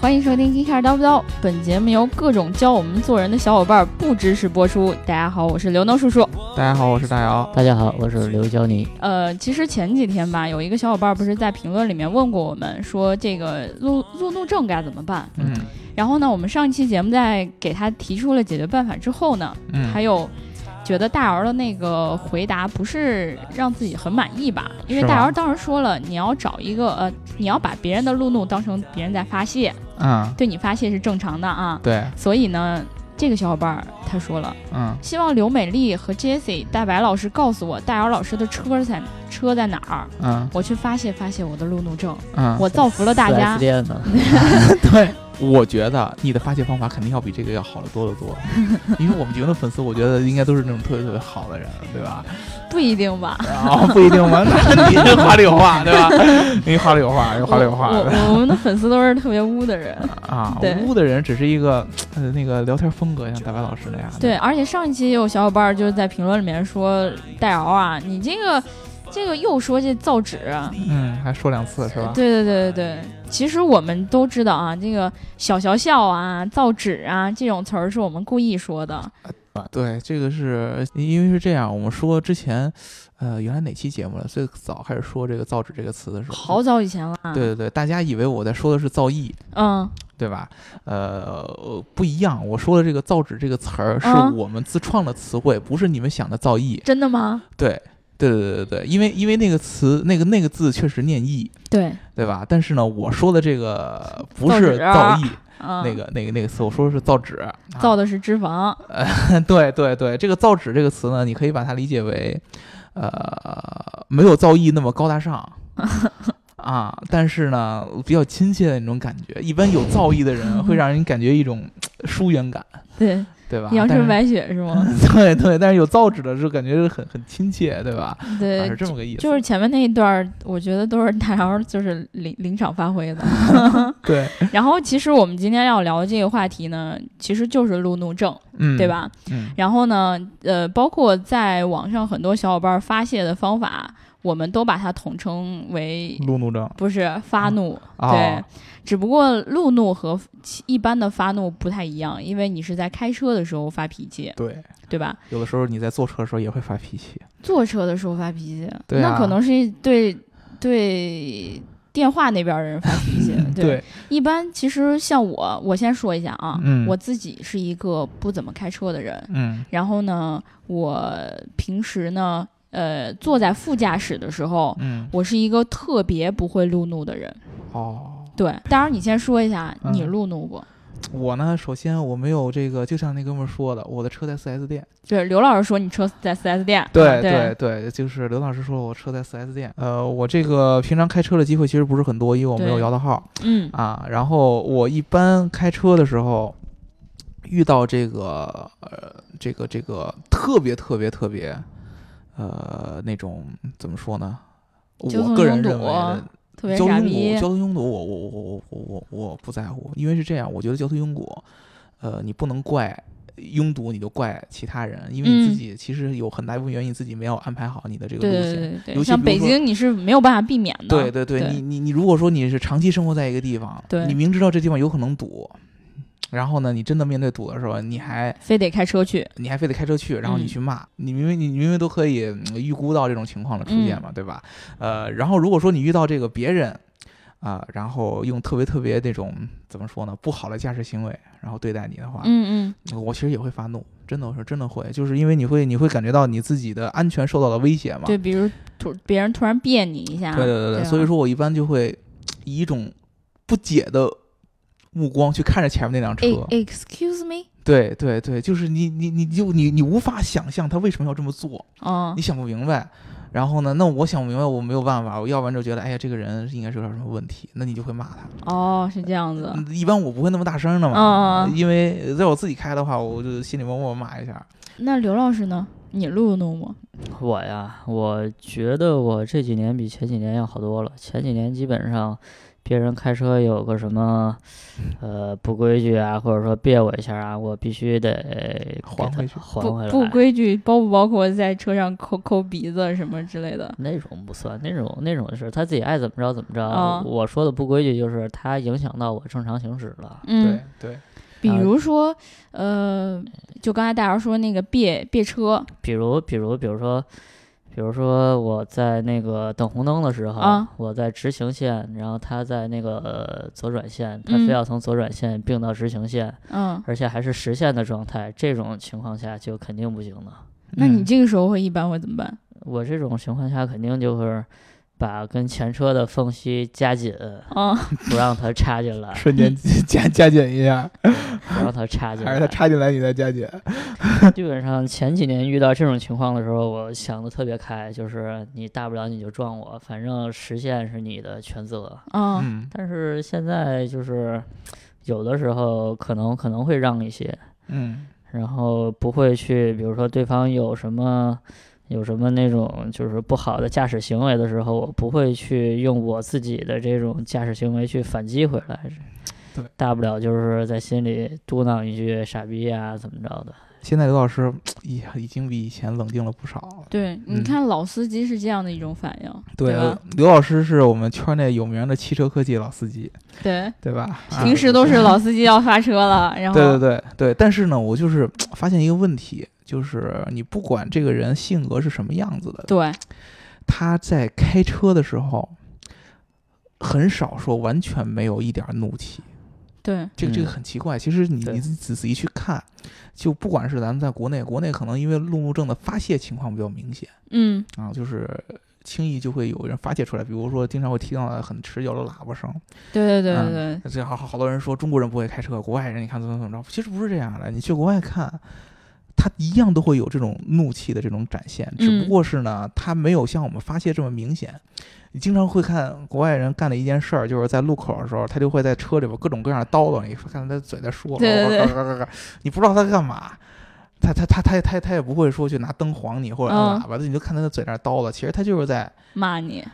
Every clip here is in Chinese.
欢迎收听《一开始叨不叨》，本节目由各种教我们做人的小伙伴不支持播出。大家好，我是刘能叔叔。大家好，我是大姚。大家好，我是刘娇妮。呃，其实前几天吧，有一个小伙伴不是在评论里面问过我们，说这个路路怒症该怎么办？嗯然后呢，我们上一期节目在给他提出了解决办法之后呢，嗯，还有觉得大姚的那个回答不是让自己很满意吧？因为是吗大姚当时说了，你要找一个呃，你要把别人的路怒当成别人在发泄，嗯，对你发泄是正常的啊。对，所以呢，这个小伙伴儿他说了，嗯希望刘美丽和 Jesse i 大白老师告诉我大姚老师的车在车在哪儿，嗯我去发泄发泄我的路怒症，嗯， 我造福了大家 4S。店呢？对，我觉得你的发泄方法肯定要比这个要好得多得 多，因为我们节目的粉丝，我觉得应该都是那种特别特别好的人，对 吧？不一定吧？啊，不一定吧？那你这话里有话，对吧？ 你话里有话，有话里有话我我我们的粉丝都是特别污的人。 啊对。污的人只是一个呃那个聊天风格，像大白老师那样的。对，而且上一期也有小伙伴儿就是在评论里面说，戴瑶啊，你这个这个又说这造纸，啊嗯，还说两次是吧？对对对对对。其实我们都知道啊，这个小学校啊、造纸啊这种词儿是我们故意说的。对，这个是因为是这样，我们说之前，呃，原来哪期节目了？最早开始说这个“造纸”这个词的时候，好早以前了啊，对对对，大家以为我在说的是造诣，嗯，对吧？呃，呃不一样，我说的这个“造纸”这个词儿是啊我们自创的词汇，不是你们想的造诣。真的吗？对，对对对对，因为因为那个词，那个那个字确实念诣，对，对吧？但是呢，我说的这个不造是纸造诣，啊，那个那啊个那个词，我说的是造纸。啊 造的是脂肪，对对对，这个“造纸”这个词呢，你可以把它理解为，呃，没有造诣那么高大上 啊，但是呢，比较亲切的那种感觉。一般有造诣的人会让人感觉一种疏远感， 对，对吧？阳但春是白雪是吗？ 对对，但是有造纸的就感觉很很亲切，对吧？啊对是，这么个意思。呃就是前面那一段儿，我觉得都是大姚就是临临场发挥 的。 对，然后，其实我们今天要聊的这个话题呢，其实就是路怒症，嗯，对？吧？嗯然后呢，呃，包括在网上很多小伙伴发泄的方法，我们都把它统称为路怒症不是发怒，啊，对。只不过路怒和其一般的发怒不太一样，因为你是在开车的时候发脾气，对，对吧？有的时候你在坐车的时候也会发脾气，坐车的时候发脾气，对啊那可能是对对电话那边儿人发脾 气，对。对，一般其实像我，我先说一下啊，嗯我自己是一个不怎么开车的人，嗯然后呢，我平时呢，呃，坐在副驾驶的时候，嗯，我是一个特别不会路怒的人。哦。对，当然你先说一下嗯你路怒不？我呢，首先我没有这个，就像那哥们儿说的，我的车在 4S 店。对，刘老师说你车在 4S 店，啊对对对，就是刘老师说我车在 4S 店。呃，我这个平常开车的机会其实不是很多，因为我没有对摇到号嗯啊。然后我一般开车的时候，遇到这个呃，这个这个特别特别特别，呃，那种怎么说呢？交我通个拥人堵啊认为的特别交傻通拥逼堵，交，通拥堵，我我我我我我我不在乎，因为是这样，我觉得交通拥堵，呃，你不能怪拥堵，你就怪其他人，因为你嗯自己其实有很大一部分原因你自己没有安排好你的这个对路对线。对对尤对，其像比北如说京你是没有办法避免的，对对对，你你你，如果说你是长期生活在一个地方，对你明知道这地方有可能堵，然后呢，你真的面对堵的时候，你还非得开车去，你还非得开车去，然后嗯你去骂，你明明你明明都可以嗯预估到这种情况的出现嘛，嗯对吧？呃，然后如果说你遇到这个别人啊、然后用特别特别那种怎么说呢，不好的驾驶行为，然后对待你的话，嗯嗯，我其实也会发怒，真的，我是真的会，就是因为你会你会感觉到你自己的安全受到了威胁嘛，对，比如突别人突然别你一下，对对对对啊所以说我一般就会以一种不解的。目光去看着前面那辆车， ，E- Excuse me，对对对，就是你你你就你你无法想象他为什么要这么做，嗯你想不明白。然后呢，那我想不明白，我没有办法，我要不然就觉得，哎呀，这个人应该是有点什么问题，那你就会骂他。哦，是这样子，嗯一般我不会那么大声的嘛，嗯嗯嗯因为在我自己开的话，我就心里默默骂一下。那刘老师呢？你路怒吗？我呀，我觉得我这几年比前几年要好多了。前几年基本上，别人开车有个什么，呃，不规矩啊，或者说别我一下啊，我必须得给还他回去还不回来。不规矩，包不包括在车上抠抠鼻子什么之类的？那种不算，那种那种是他自己爱怎么着怎么着。啊我说的不规矩就是他影响到我正常行驶了。嗯，对啊对，比然后如说，呃，就刚才大姚说那个别别车比如，比如，比如说，比如说我在那个等红灯的时候，啊我在直行线，然后他在那个、呃左转线，他嗯非要从左转线并到直行线，嗯，而且还是实线的状态，这种情况下就肯定不行了。那你嗯，这个时候会一般会怎么办？我这种情况下肯定就是把跟前车的缝隙加紧，啊，不让他插 进来瞬间 加加减一下，不让他插进还是他来。插进来你再加减？基本上前几年遇到这种情况的时候，我想的特别开，就是你大不了你就撞我，反正实线是你的全责。啊，嗯，但是现在就是有的时候可能可能会让一些，嗯，然后不会去，比如说对方有什么有什么那种就是不好的驾驶行为的时候，我不会去用我自己的这种驾驶行为去反击回来。对，大不了就是在心里嘟囔一句“傻逼呀”怎么着的。现在刘老师也已经比以前冷静了不少了。对，你嗯呃看老司机是这样的一种反应，对吧？刘老师是我们圈内有名的汽车科技老司机，对，对吧？啊平时都是老司机要发车了，然后对对嗯对对，但是呢，我就是发现一个问题，就是你不管这个人性格是什么样子的，对他在开车的时候，很少说完全没有一点儿怒气。对这个这个嗯很奇怪，其实你对你仔仔细去看，就不管是咱们在国内，国内可能因为路怒症的发泄情况比较明显嗯啊，就是轻易就会有人发泄出来，比如说经常会听到很持久的喇叭声，对对对对嗯对，这好好好多人说中国人不会开车，国外人你看怎么怎么着，其实不是这样的。你去国外看，他一样都会有这种怒气的这种展现，只嗯不过是呢，他没有像我们发泄这么明显。你经常会看国外人干的一件事儿，就是在路口的时候，他就会在车里边各种各样的叨叨你，看他嘴在说，对对对嘎嘎嘎嘎嘎你不知道他干嘛。他他他他他他也不会说去拿灯晃你或者嗯按喇叭，你就看他的嘴在那儿叨叨，其实他就是在骂你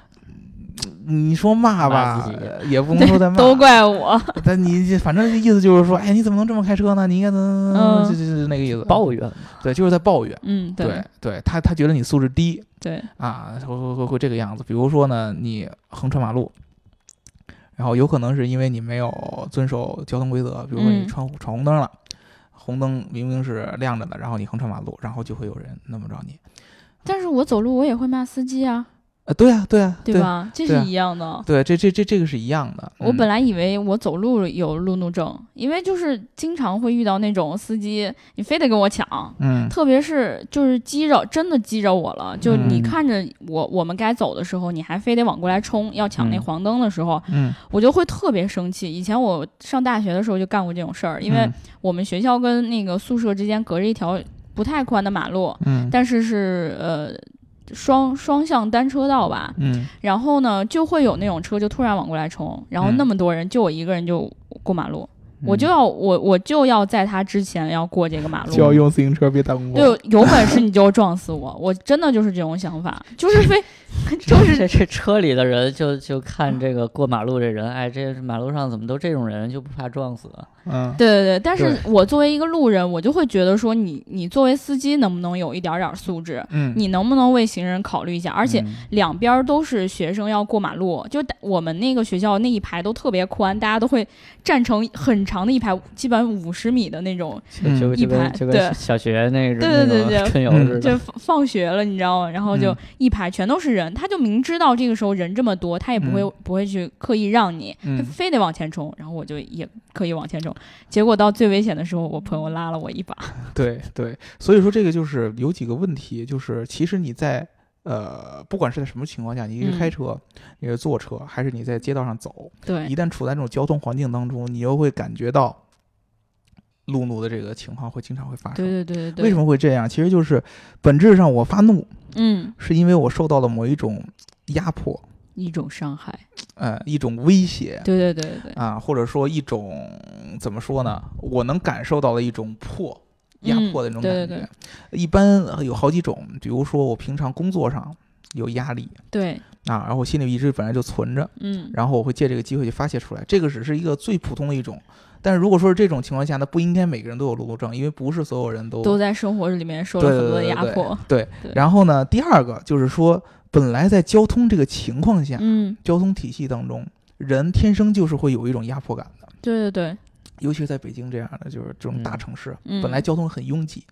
你说骂骂吧自己，也不能说在骂，都怪我， 但你这反正意思就是说，哎，你怎么能这么开车呢？你应该怎么怎么怎么，嗯就就是那个意思。抱怨嘛，对，就是在抱怨。嗯对对，他他觉得你素质低对啊，会会会会这个样子。比如说呢，你横穿马路，然后有可能是因为你没有遵守交通规则，比如说你嗯闯闯红灯了，红灯明明是亮着的，然后你横穿马路，然后就会有人那么着你。但是我走路我也会骂司机啊，啊，对啊，对啊，对对吧？这对啊是一样的。对，这这这这个是一样的。我嗯本来以为我走路有路怒症，因为就是经常会遇到那种司机，你非得跟我抢，嗯特别是就是激着，真的激着我了。就你嗯看着我我们该走的时候，你还非得往过来冲，要抢那嗯黄灯的时候，嗯，我就会特别生气。以前我上大学的时候就干过这种事儿，因为嗯我们学校跟那个宿舍之间隔着一条不太宽的马路，嗯但是是呃双双向单车道吧。嗯然后呢，就会有那种车就突然往过来冲，然后嗯那么多人，就我一个人就过马路，我嗯就要我我就要在他之前要过这个马路，就要用自行车别打工。对，有本事你就撞死我！我真的就是这种想法，就是非就这是这车里的人就就看这个过马路这人，哎，这马路上怎么都这种人，就不怕撞死？嗯，对对对。但是对我作为一个路人，我就会觉得说你，你作为司机能不能有一点点素质？嗯，你能不能为行人考虑一下？而且嗯两边都是学生要过马路，就大我们那个学校那一排都特别宽，大家都会站成很长的一排，基本五十米的那种。嗯就一就排跟就对跟小学那种对对对那种对春游嗯似的，就放放学了，你知道吗？然后就嗯一排全都是人，他就明知道这个时候人这么多，他也不会、嗯不会去刻意让你，嗯他非得往前冲。然后我就也刻意往前冲，结果到最危险的时候，我朋友拉了我一把。对对，所以说这个就是有几个问题，就是其实你在呃，不管是在什么情况下，你是开嗯车，你是坐车，还是你在街道上走，对一旦处在这种交通环境当中，你又会感觉到路怒的这个情况会经常会发生。对对对对对，为什？么会这样？其实就是本质上我发怒嗯，是因为我受到了某一种压迫，一种伤害。呃，一种威胁。对对对对对，啊，或者说一种怎么说呢？我能感受到的一种迫，压嗯迫的那种感对觉。对一般呃有好几种，比如说我平常工作上有压力对，啊，然后我心里一直本来就存着，嗯，然后我会借这个机会去发泄出来。这个只是一个最普通的一种，但是如果说是这种情况下，那不应该每个人都有路怒症，因为不是所有人都都在生活里面受了对很对多的对压对迫，对对然后呢，第二个就是说，本来在交通这个情况下，嗯，交通体系当中，人天生就是会有一种压迫感的，对对对，尤其是在北京这样的就是这种大嗯城市，嗯，本来交通很拥挤。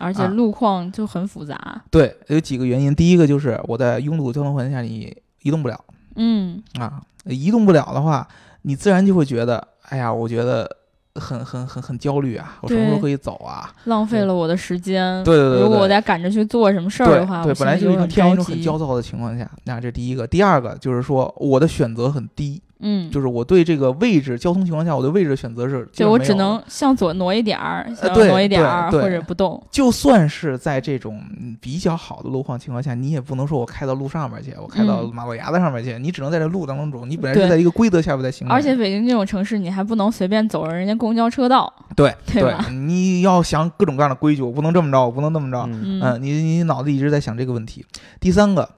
而且啊路况就很复杂，对，有几个原因，第一个就是我在拥堵交通环境下，你移动不了嗯，啊，移动不了的话，你自然就会觉得，哎呀，我觉得。很很很很焦虑啊！我什么时候对可以走啊？浪费对了我的时间。对对对对如果我对在赶着去做什么事儿对的话，对，我本来心就里是一种天很然一种很急焦躁的情况下，那这第一个。第二个就是说，我的选择很低，嗯，就是我对这个位置交通情况下，我对位置的选择是基对本我没只有的呃能向左挪一点儿，向右对挪一点对儿，对或者不动。就算是在这种嗯比较好的路况情况下，你也不能说我开到路上面去，我开到嗯马路牙子上面去，你只能在这路当中走。你本来对是在一个规则下边在行驶，而且北京这种城市，你还不能随便走人家公交车道。对对吧你要想各种各样的规矩，我不能这么着，我不能那么着。嗯嗯，嗯，你你脑子一直在想这个问题。第三个，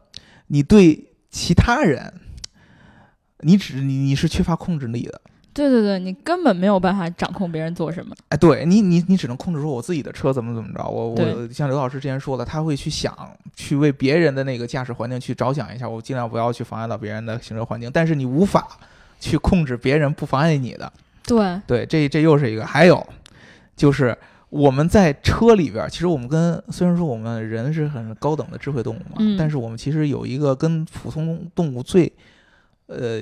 你对其他人，你只你你是缺乏控制力的。对对对，你根本没有办法掌控别人做什么。哎，对你，你你只能控制说我自己的车怎么怎么着。我我对像刘老师之前说的，他会去想，去为别人的那个驾驶环境去着想一下，我尽量不要去妨碍到别人的行车环境。但是你无法去控制别人不妨碍你的。对，对，这这又是一个。还有就是我们在车里边儿，其实我们跟虽然说我们人是很高等的智慧动物嘛，嗯但是我们其实有一个跟普通动物最呃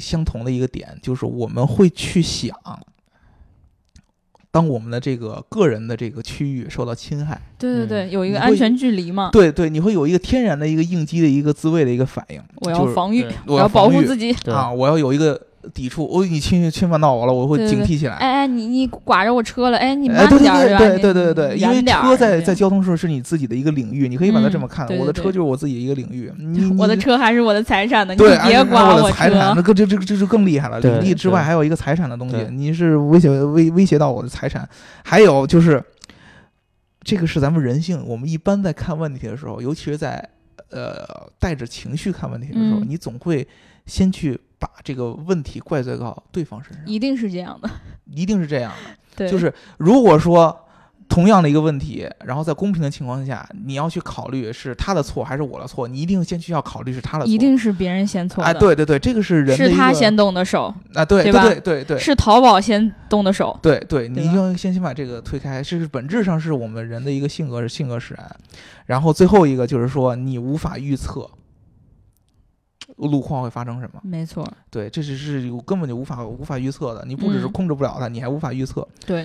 相同的一个点，就是我们会去想。当我们的这个个人的这个区域受到侵害，对对嗯对，有一你个会安全距离嘛，对对，你会有一个天然的一个应激的一个自卫的一个反应。我就要是防御，对我要要保护防御自己。对啊，我要有一个抵触，哦，你侵侵犯到我了，我会对对警对惕起来。哎哎，你你刮着我车了，哎，你哎，慢对点儿，吧？对对对你对对对，因为远点车儿在对在交通上是你自己的一个领域，你可以把它这么嗯看，对我的对车对就是我自己一个领域，你 我的你车还是我的财产呢，你对，而且别还刮有我的财产，车。那更这这这就更厉害了。对领地之外对还有一个财产的东西对，你是威胁威威胁到我的财产，还有就是这个是咱们人性，我们一般在看问题的时候，尤其是在呃带着情绪看问题的时候，嗯你总会先去把这个问题怪罪到对方身上，一定是这样的，一定是这样的。对，就是如果说同样的一个问题，然后在公平的情况下，你要去考虑是他的错还是我的错，你一定先去要考虑是他的错。一定是别人先错的，哎，对对对，这个是人的是一他个先动的手，啊，对对吧对对对。是淘宝先动的手。对对，你吧要先先把这个推开，这是本质上是我们人的一个性格性格使然。然后最后一个就是说，你无法预测路况会发生什么。没错，对，这只是有根本就无法无法预测的，你不只是嗯控制不了它，你还无法预测。对，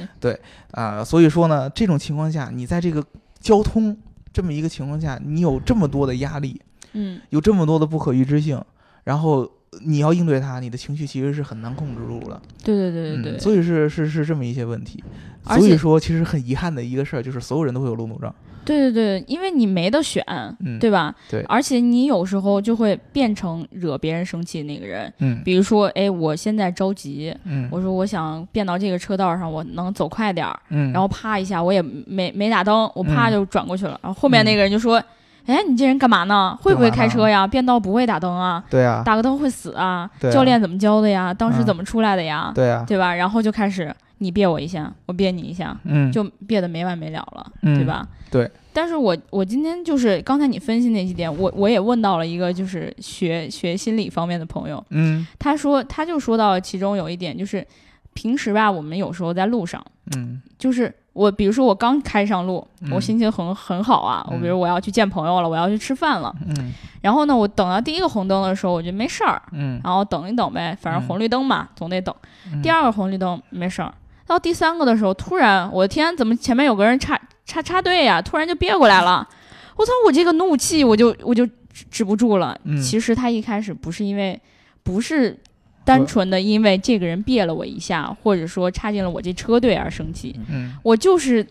啊、所以说呢，这种情况下，你在这个交通这么一个情况下，你有这么多的压力，嗯，有这么多的不可预知性，然后你要应对它，你的情绪其实是很难控制住了。对对对对嗯，对，所以是是是这么一些问题。而所且以说，其实很遗憾的一个事儿就是，所有人都会有路怒症。对对对，因为你没得选，嗯，对吧？对而且你有时候就会变成惹别人生气的那个人，嗯比如说，哎，我现在着急，嗯我说我想变到这个车道上，我能走快点儿，嗯，然后啪一下，我也没没打灯，我啪嗯就转过去了，然后后面那个人就说。哎，你这人干嘛呢？会不会干嘛开呢车呀？变道不会打灯啊？对啊，打个灯会死啊！对啊教练怎么教的呀？当时嗯怎么出来的呀？对啊，对吧？然后就开始你别我一下，我别你一下，嗯，就别的没完没了了，嗯对吧？对。但是我我今天就是刚才你分析那几点，我我也问到了一个就是学学心理方面的朋友，嗯他说他就说到其中有一点就是，平时吧，我们有时候在路上，嗯就是我比如说我刚开上路，嗯我心情很很好啊，我比如我要去见朋友了，我要去吃饭了，嗯然后呢，我等到第一个红灯的时候，我觉得没事儿，嗯然后等一等呗，反正嗯红绿灯嘛，总得等。嗯，第二个红绿灯没事儿，到第三个的时候，突然我的天，怎么前面有个人插插插队呀、突然就别过来了，我操！我这个怒气我就我就止止不住了。嗯其实他一开始不是因为，不是单纯的因为这个人别了我一下，或者说插进了我这车队而生气，嗯我就是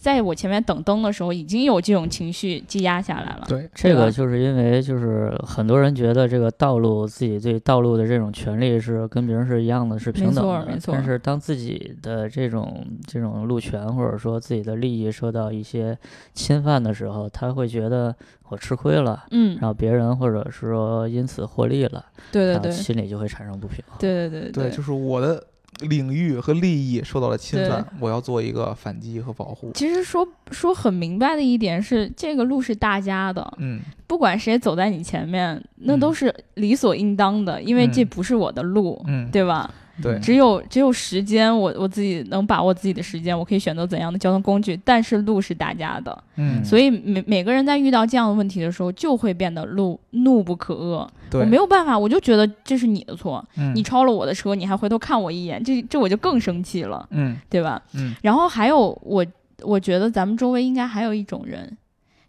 在我前面等灯的时候，已经有这种情绪积压下来了。对，这对吧个就是因为就是很多人觉得这个道路自己对道路的这种权利是跟别人是一样的，是平等的。没错没错但是当自己的这种这种路权或者说自己的利益受到一些侵犯的时候，他会觉得我吃亏了，嗯然，后别人或者是说因此获利了，对对然后对，心里就会产生不平衡。对对对对，就是我的领域和利益受到了侵犯，我要做一个反击和保护。其实说说很明白的一点是，这个路是大家的，嗯，不管谁走在你前面，那嗯都是理所应当的，因为嗯这不是我的路，嗯，对吧？对只有只有时间，我我自己能把握自己的时间，我可以选择怎样的交通工具，但是路是大家的，嗯，所以每每个人在遇到这样的问题的时候，就会变得怒怒不可遏。对，我没有办法，我就觉得这是你的错，嗯，你超了我的车，你还回头看我一眼，这这我就更生气了，嗯对吧？嗯然后还有我，我觉得咱们周围应该还有一种人，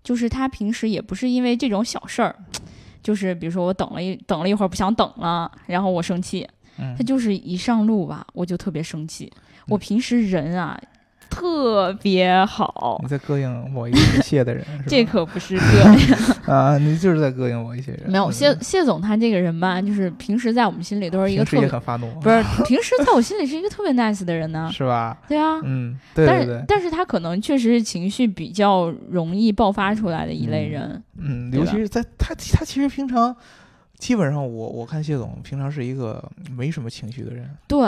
就是他平时也不是因为这种小事儿，就是比如说我等了一等了一会儿不想等了，然后我生气，嗯他，就是一上路吧，我就特别生气。我平时人啊特别好你，在膈应某一个姓谢 的人，嗯是吧这可不是 个啊，你就是在膈应某一些人。没有嗯谢谢总他这个人吧，就是平时在我们心里都是一个平特时也别很发怒，不是平时在我心里是一个特别 nice 的人呢、 是吧？对啊，嗯，对但对是对，但是他可能确实是情绪比较容易爆发出来的一类嗯人。嗯，对尤吧其是在他他其实平常。基本上我我看谢总平常是一个没什么情绪的人，对，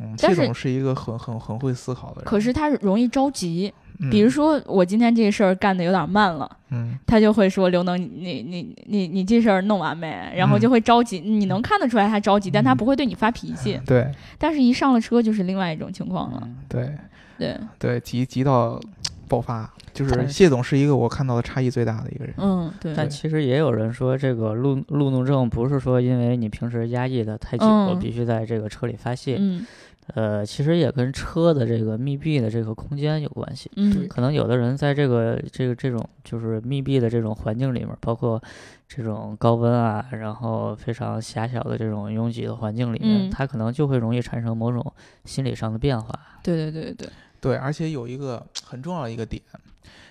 嗯，但谢是总是一个很很很会思考的人。可是他容易着急，嗯，比如说我今天这事儿干的有点慢了。嗯，他就会说刘能，你你你你你这事儿弄完没？然后嗯就会着急，你能看得出来他着急，但他嗯不会对你发脾气。对但是，一上了车就是另外一种情况了。嗯对对，对，急急到爆发，就但是是谢总是一个我看到的差异最大的一个人。嗯，对，但其实也有人说，这个路路怒症不是说因为你平时压抑的太久，嗯必须在这个车里发泄。嗯呃，其实也跟车的这个密闭的这个空间有关系。嗯可能有的人在这个这个这种就是密闭的这种环境里面，包括这种高温啊，然后非常狭小的这种拥挤的环境里面，嗯他可能就会容易产生某种心理上的变化。对对对对，对，而且有一个很重要的一个点，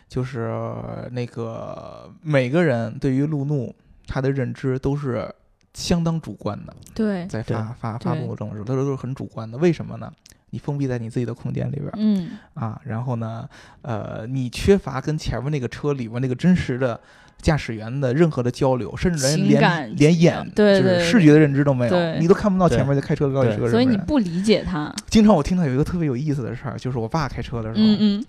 就是那个每个人对于路怒他的认知都是相当主观的，对，在对发发发对怒症的时候，他都是很主观的。为什么呢？你封闭在你自己的空间里边儿嗯，啊，然后呢，呃，你缺乏跟前面那个车里边那个真实的驾驶员的任何的交流，甚至情连感连连眼对对就是对视觉的认知都没有，对你都看不到前对面开车到底是个什么人。所以你不理解他，经常我听到有一个特别有意思的事儿，就是我爸开车的时候，嗯嗯，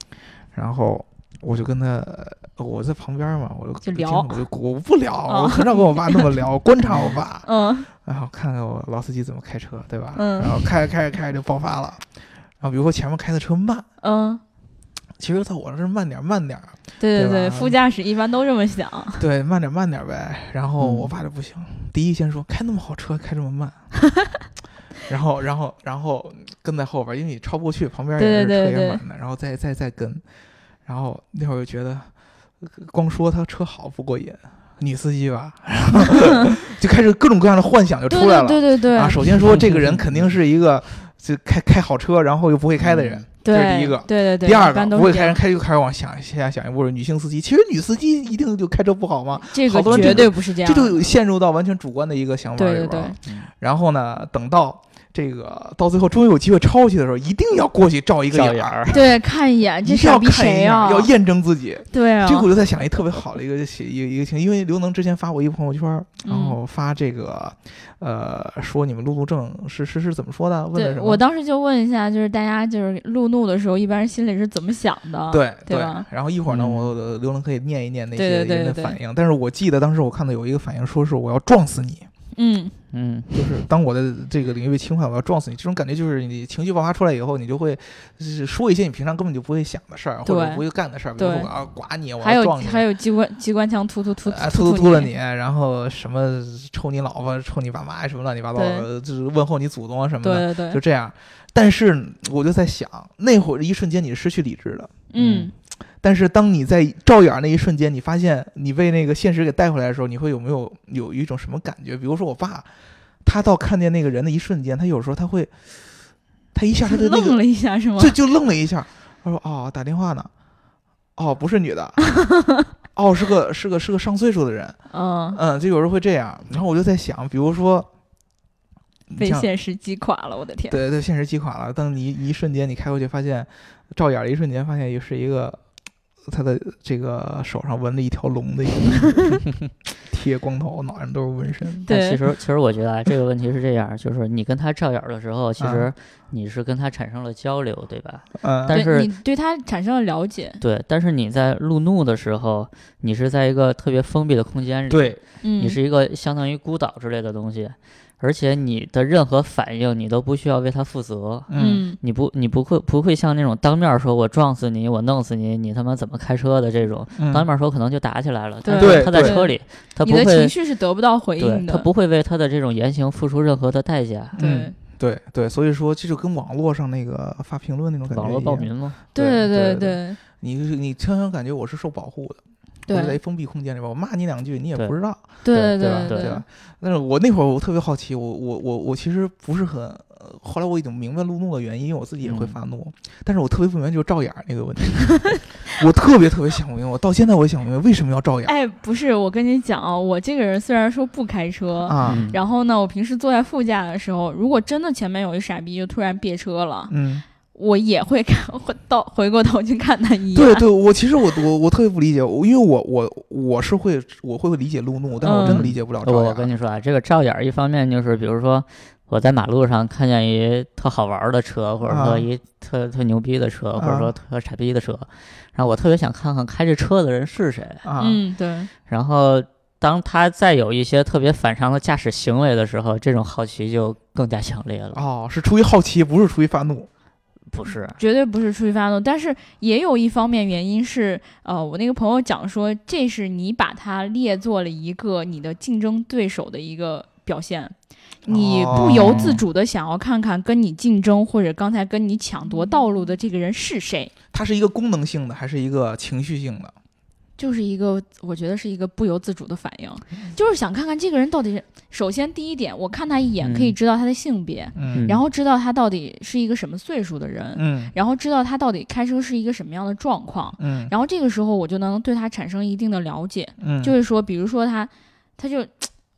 然后我就跟他，呃我在旁边嘛，我就就聊经常我就我不聊，哦我很少跟我爸那么聊， 我观察我爸，嗯然后看看我老司机怎么开车，对吧？嗯然后开着开着开着就爆发了，然后比如说前面开的车慢，嗯，其实在我这儿慢点儿慢点儿，对对对对，吧副驾驶一般都这么想， 对，慢点儿慢点儿呗。然后嗯我爸就不行，第一先说开那么好车开这 么慢。然后，然后，然后跟在后边儿，因为你超不过去，旁边儿也对是车对对也对满的，然后再再再跟，然后那会儿就觉得，呃光说他车好不过瘾，女司 机吧， 然后就开始各种各样的幻想就对出来了。对对对对，啊，首先说这个人肯定是一个就开开好车，然后又不会开的人，对这是第一个对对嗯对，第二一个般，都不是这会开人样，开就开始往想下想一步，女性司机，其实女司机一定就开车不好吗？这好多个人绝这对不是这样这的，就陷入到完全主观的一个想法对里对边对儿。嗯然后呢，等到这个到最后终于有机会抄起的时候，一定要过去照一个照眼眼儿，对，看一眼这一定要傻逼看一谁眼啊？要验证自己。对啊，这个我就在想一特别好的一个写一个一个情，因为刘能之前发过一个朋友圈儿，然嗯后发这个，呃，说你们路怒症是是是怎么说的？问的对什么？我当时就问一下，就是大家就是路怒的时候，一般心里是怎么想的？对对吧然后一会儿呢，嗯我刘能可以念一念那对些对对人的对对反应。但是我记得当时我看到有一个反应说是我要撞死你，嗯，嗯，就是当我的这个领域被侵犯，我要撞死你。这种感觉就是你情绪爆发出来以后，你就会就是说一些你平常根本就不会想的事儿，或者对不会干的事儿，比如说对我要剐你，我还要有撞你，还有机关机关枪突突突啊，突突突了你，你，然后什么抽你老婆、抽你爸妈什么乱七八糟的，就是问候你祖宗啊什么对的，对就对，这样。但是我就在想，那会儿一瞬间你是失去理智的，嗯，但是当你在照眼儿那一瞬间，你发现你被那个现实给带回来的时候，你会有没有有一种什么感觉？比如说我爸，他到看见那个人的一瞬间，他有时候他会，他一下他的那愣个了一下是吗就？就愣了一下，他说哦打电话呢，哦，不是女的， 哦，是个是个是个上岁数的人，嗯，嗯，就有时候会这样。然后我就在想，比如说，你被像现实击垮了，我的天！对对，现实击垮了。当你一一瞬间你开过去，发现照眼儿，一瞬间发现也是一个他的这个手上纹了一条龙的一个 贴光头，脑袋上都是纹身。但对，其实，其实我觉得啊，这个问题是这样，就是你跟他照眼儿的时候，其啊实你是跟他产生了交流，对吧？嗯，但对是你对他产生了了解，对，但是你在路怒的时候，你是在一个特别封闭的空间里，对，嗯，你是一个相当于孤岛之类的东西，而且你的任何反应你都不需要为他负责，嗯嗯，你不你不会不会像那种当面儿说我撞死你，我弄死你，你他妈怎么开车的这种，嗯当面儿说可能就打起来了，但对是他在对车里，他你不的情会。绪是得不到回对应他的，不会为他的这种言行付出任何的代价，对嗯对对，所以说这就跟网络上那个发评论那种感觉网一络暴样。民嘛，对对对你你常常感觉我是受保护的，我就在一对封闭空间里边，我骂你两句你也对不知道，对对吧？对对吧？但是我那会儿我特别好奇，我我我我其实不是很，呃后来我已经明白路怒的原因，因为我自己也会嗯发怒，但是我特别不明白就是照眼儿那个问题， 我特别特别想不明白，我到现在我也想不明白为什么要照眼儿哎，不是，我跟你讲啊，我这个人虽然说不开车，啊？嗯然后呢，我平时坐在副驾的时候，如果真的前面有一傻逼就突然别车了，嗯，我也会看回到回过头去看他一眼。对对，我其实我我我特别不理解，我因为我我我是会我会理解路怒，但是我真的嗯理解不了照我眼我儿。跟你说啊，这个照眼儿，一方面就是比如说我在马路上看见一特好玩儿的车，或者啊说一特、特牛逼的车，或者啊说特傻逼的车，然后我特别想看看开这车的人是谁。啊，嗯，对，然后当他再有一些特别反常的驾驶行为的时候，这种好奇就更加强烈了。哦，是出于好奇，不是出于发怒。不是，绝对不是出于发怒，但是也有一方面原因是，呃，我那个朋友讲说，这是你把他列作了一个你的竞争对手的一个表现，你哦不由自主的想要看看跟你竞争或者刚才跟你抢夺道路的这个人是谁，它是一个功能性的，还是一个情绪性的？就是一个，我觉得是一个不由自主的反应，嗯就是想看看这个人到底是。首先，第一点，我看他一眼嗯可以知道他的性别，嗯然后知道他到底是一个什么岁数的人，嗯然后知道他到底开车是一个什么样的状况。嗯然后这个时候我就能对他产生一定的了解，嗯，就是说，比如说他，他就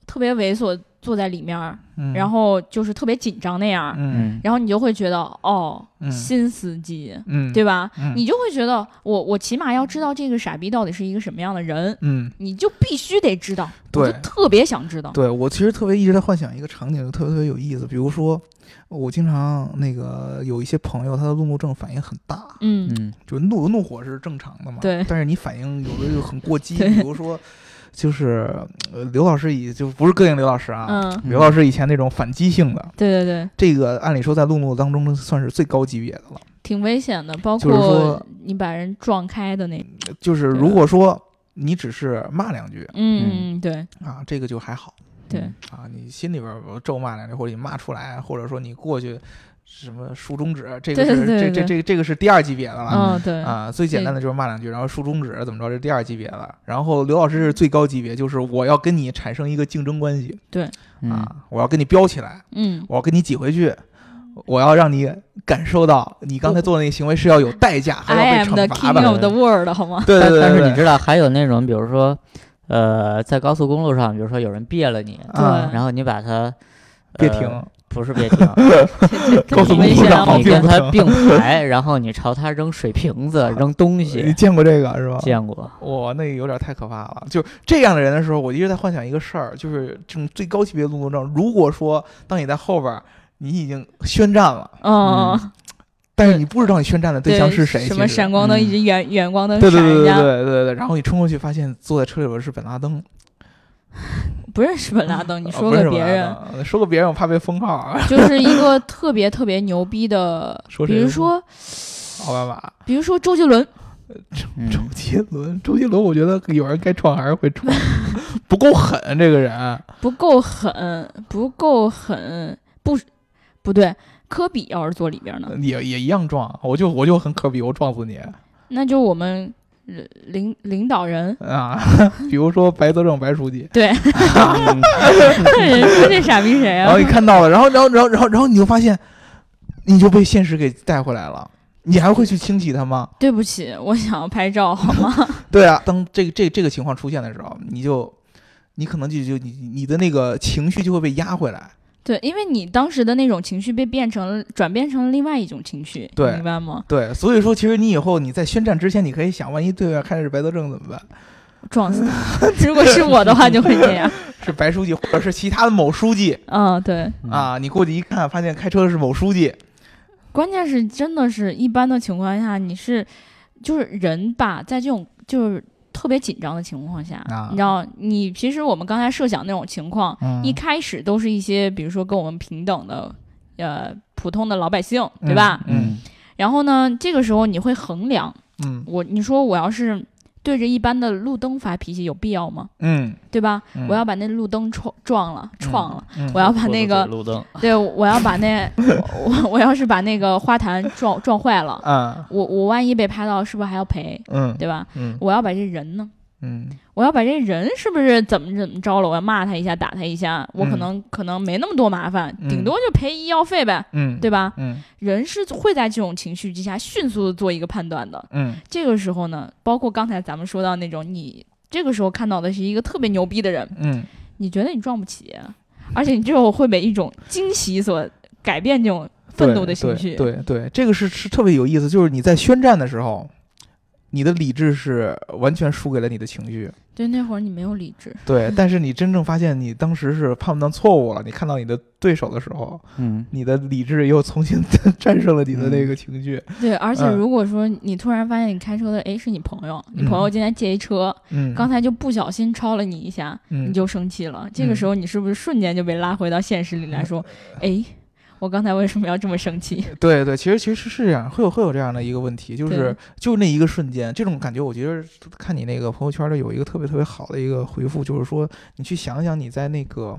特别猥琐坐在里面儿，嗯然后就是特别紧张那样儿，嗯然后你就会觉得哦，嗯新司机，嗯对吧？嗯你就会觉得我我起码要知道这个傻逼到底是一个什么样的人，嗯，你就必须得知道，我对就特别想知道，对我其实特别一直在幻想一个场景，就特别特别有意思。比如说，我经常那个有一些朋友，他的路怒症反应很大，嗯嗯就怒怒火是正常的嘛，对但是你反应有的就很过激，对比如说，就是呃刘老师以就不是膈应刘老师啊。嗯，刘老师以前那种反击性的，对对对，这个按理说在路怒当中算是最高级别的了。挺危险的，包就是括说你把人撞开的那种，就是对如果说你只是骂两句嗯，对啊，这个就还好。对嗯，啊，你心里边儿我咒骂两句，或者你骂出来，或者说你过去什么竖中指，这个对对是这对这这这个是第二级别的了。嗯对，啊，最简单的就是骂两句，然后竖中指怎么着，这是第二级别的。然后刘老师是最高级别，就是我要跟你产生一个竞争关系嗯啊，我要跟你飙起来，嗯，我要跟你挤回去，我要让你感受到你刚才做的那个行为是要有代价，还 I 要 am 被 the 惩罚 king 的。 of the world，好吗？对对但对，但是你这知道还有那种，比如说，呃，在高速公路上，比如说有人别了你，啊，然后你把他别呃停，不是别停， 这这挺高速危公险啊路上！好我你并跟不他成并排， 然后你朝他扔水瓶子、 扔东你西，见过这个是吧？见过。哇，那有点太可怕了。就这样的人的时候，我一直在幻想一个事儿，就是这种最高级别的路怒症。如果说当你在后边儿，你已经宣战了，嗯，但是你不知道你宣战的对象是谁，什么其实闪光灯嗯以及远远光灯对对闪人对对对家，对对对。然后你冲过去，发现坐在车里边是本拉登，不认识本拉登，你啊说不是个本别拉人，登说个别人，我怕被封号啊。就是一个特别特别牛逼的， 说比谁如呢说奥巴马、比如说周杰伦， 嗯周杰伦，周杰伦，我觉得有人该创还是会创， 不够狠啊这个人。不够狠，不够狠，不不对，科比要是坐里边呢，也也一样撞，我就我就很可比，我撞死你。那就我们呃领领导人 啊！比如说白泽正白书记，对，嗯人说这傻逼谁然啊后？你看到了，然后然后然后然后然后你就发现，你就被现实给带回来了。你还会去清洗它吗？对不起，我想要拍照，好吗？ 对啊，当这个这这个情况出现的时候，你就你可能就就你你的那个情绪就会被压回来。对，因为你当时的那种情绪被变成了转变成了另外一种情绪，对明白吗？对，所以说其实你以后你在宣战之前，你可以想，万一对面开的是白德正怎么办？撞 死他！如果是我的话，就会这样。是白书记，或者是其他的某书记嗯，对，嗯，啊？你过去一看，发现开车的是某书记，关键是真的是一般的情况下，你是就是人吧，在这种就是特别紧张的情况下，啊你知道，你其实我们刚才设想那种情况，嗯一开始都是一些比如说跟我们平等的呃普通的老百姓，对吧？嗯，然后呢，这个时候你会衡量，嗯我你说我要是对着一般的路灯发脾气，有必要吗？嗯，对吧？嗯我要把那路灯撞撞了，撞了。嗯，我要把那个，路灯， 对，我要把那，我我要是把那个花坛撞撞坏了，啊，我我万一被拍到，是不是还要赔，嗯对吧？嗯我要把这人呢，嗯我要把这人是不是怎么怎么着了？我要骂他一下，打他一下，我可能、可能没那么多麻烦，嗯顶多就赔医药费呗，嗯，对吧？嗯人是会在这种情绪之下迅速的做一个判断的。嗯这个时候呢，包括刚才咱们说到那种，你这个时候看到的是一个特别牛逼的人，嗯，你觉得你撞不起，而且你之后会被一种惊喜所改变这种愤怒的情绪。对对对，这个是是特别有意思，就是你在宣战的时候，你的理智是完全输给了你的情绪，对那会儿你没有理智，对，但是你真正发现你当时是判断错误了，你看到你的对手的时候，嗯，你的理智又重新 战胜了你的嗯那个情绪， 对，而且嗯如果说你突然发现你开车的，诶是你朋友，你朋友今天借一车，嗯，刚才就不小心超了你一下，嗯你就生气了。这个时候你是不是瞬间就被拉回到现实里来说，嗯诶，我刚才为什么要这么生气？对对，其实其实是这样，会有会有这样的一个问题，就对是就那一个瞬间，这种感觉，我觉得看你那个朋友圈里有一个特别特别好的一个回复，就是说你去想想你在那个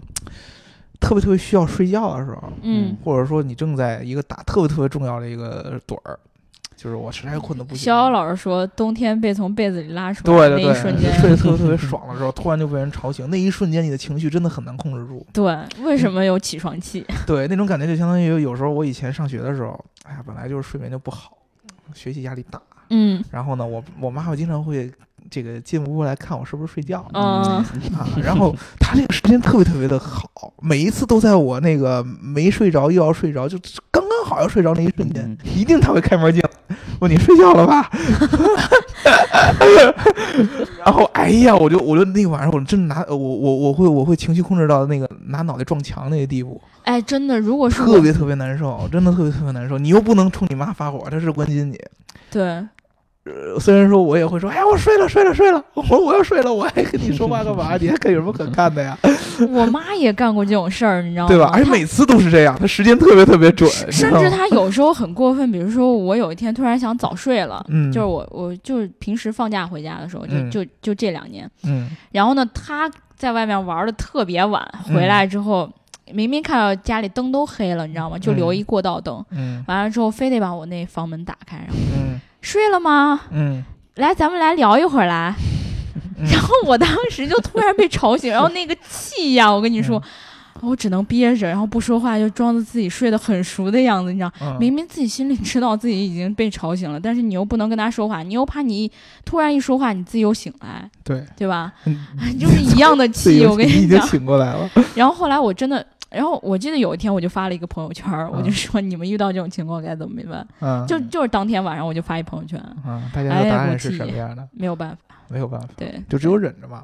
特别特别需要睡觉的时候，嗯嗯，或者说你正在一个打特别特别重要的一个盹儿，就是我实在困得不行逍遥了。老师说，冬天被从被子里拉出对来那对对，一瞬间，睡得特别特别爽的时候，突然就被人吵醒，那一瞬间你的情绪真的很难控 制住。对，为嗯什么有起床气？对，那种感觉就相当于有时候我以前上学的时候，哎呀，本来就是睡眠就不好，学习压力大，嗯然后呢，我我妈会经常会这个进屋来看我是不是睡觉啊，嗯，然后她这个时间特别特别的好，每一次都在我那个没睡着又要睡着，就刚刚好要睡着那一瞬间，嗯一定她会开门进来，问你睡觉了吧？ 然后哎呀，我就我就那个晚上我真拿我我我会我会情绪控制到那个拿脑袋撞墙那个地步，哎，真的，如果是特我，别特别难受，真的特别特别难受。你又不能冲你妈发火，她是关心你。呃对，虽然说我也会说，哎呀，我睡了，睡了，睡了，我我要睡了，我还跟你说话干嘛？你还看有什么可看的呀？我妈也干过这种事儿，你知道吗？对吧？而且她每次都是这样，他时间特别特别准，你知哦甚道至吗她有时候很过分，比如说我有一天突然想早睡了，嗯就是我我就是平时放假回家的时候，就、嗯就就这两年，嗯然后呢，她在外面玩的特别晚，嗯回来之后、明明看到家里灯都黑了，你知道吗？就留一过道灯，嗯完了之后非得把我那房门打开，然后嗯睡了吗？嗯来，咱们来聊一会儿来。然后我当时就突然被吵醒，然 后那个气呀，我跟你嗯说，我只能憋着，然后不说话，就装着自己睡得很熟的样子，你知道。嗯，明明自己心里知道自己已经被吵醒了，但是你又不能跟他说话，你又怕你突然一说话你自己又醒来，对，对吧？嗯就是一样的自己气，我跟已经讲。醒过来了，然后后来我真的，然后我记得有一天我就发了一个朋友圈，我就嗯说你们遇到这种情况该怎么办？嗯，就就是当天晚上我就发一朋友圈，嗯，大家哎的答我案是记什么样的？没有办法，没有办法，对，就只有忍着嘛。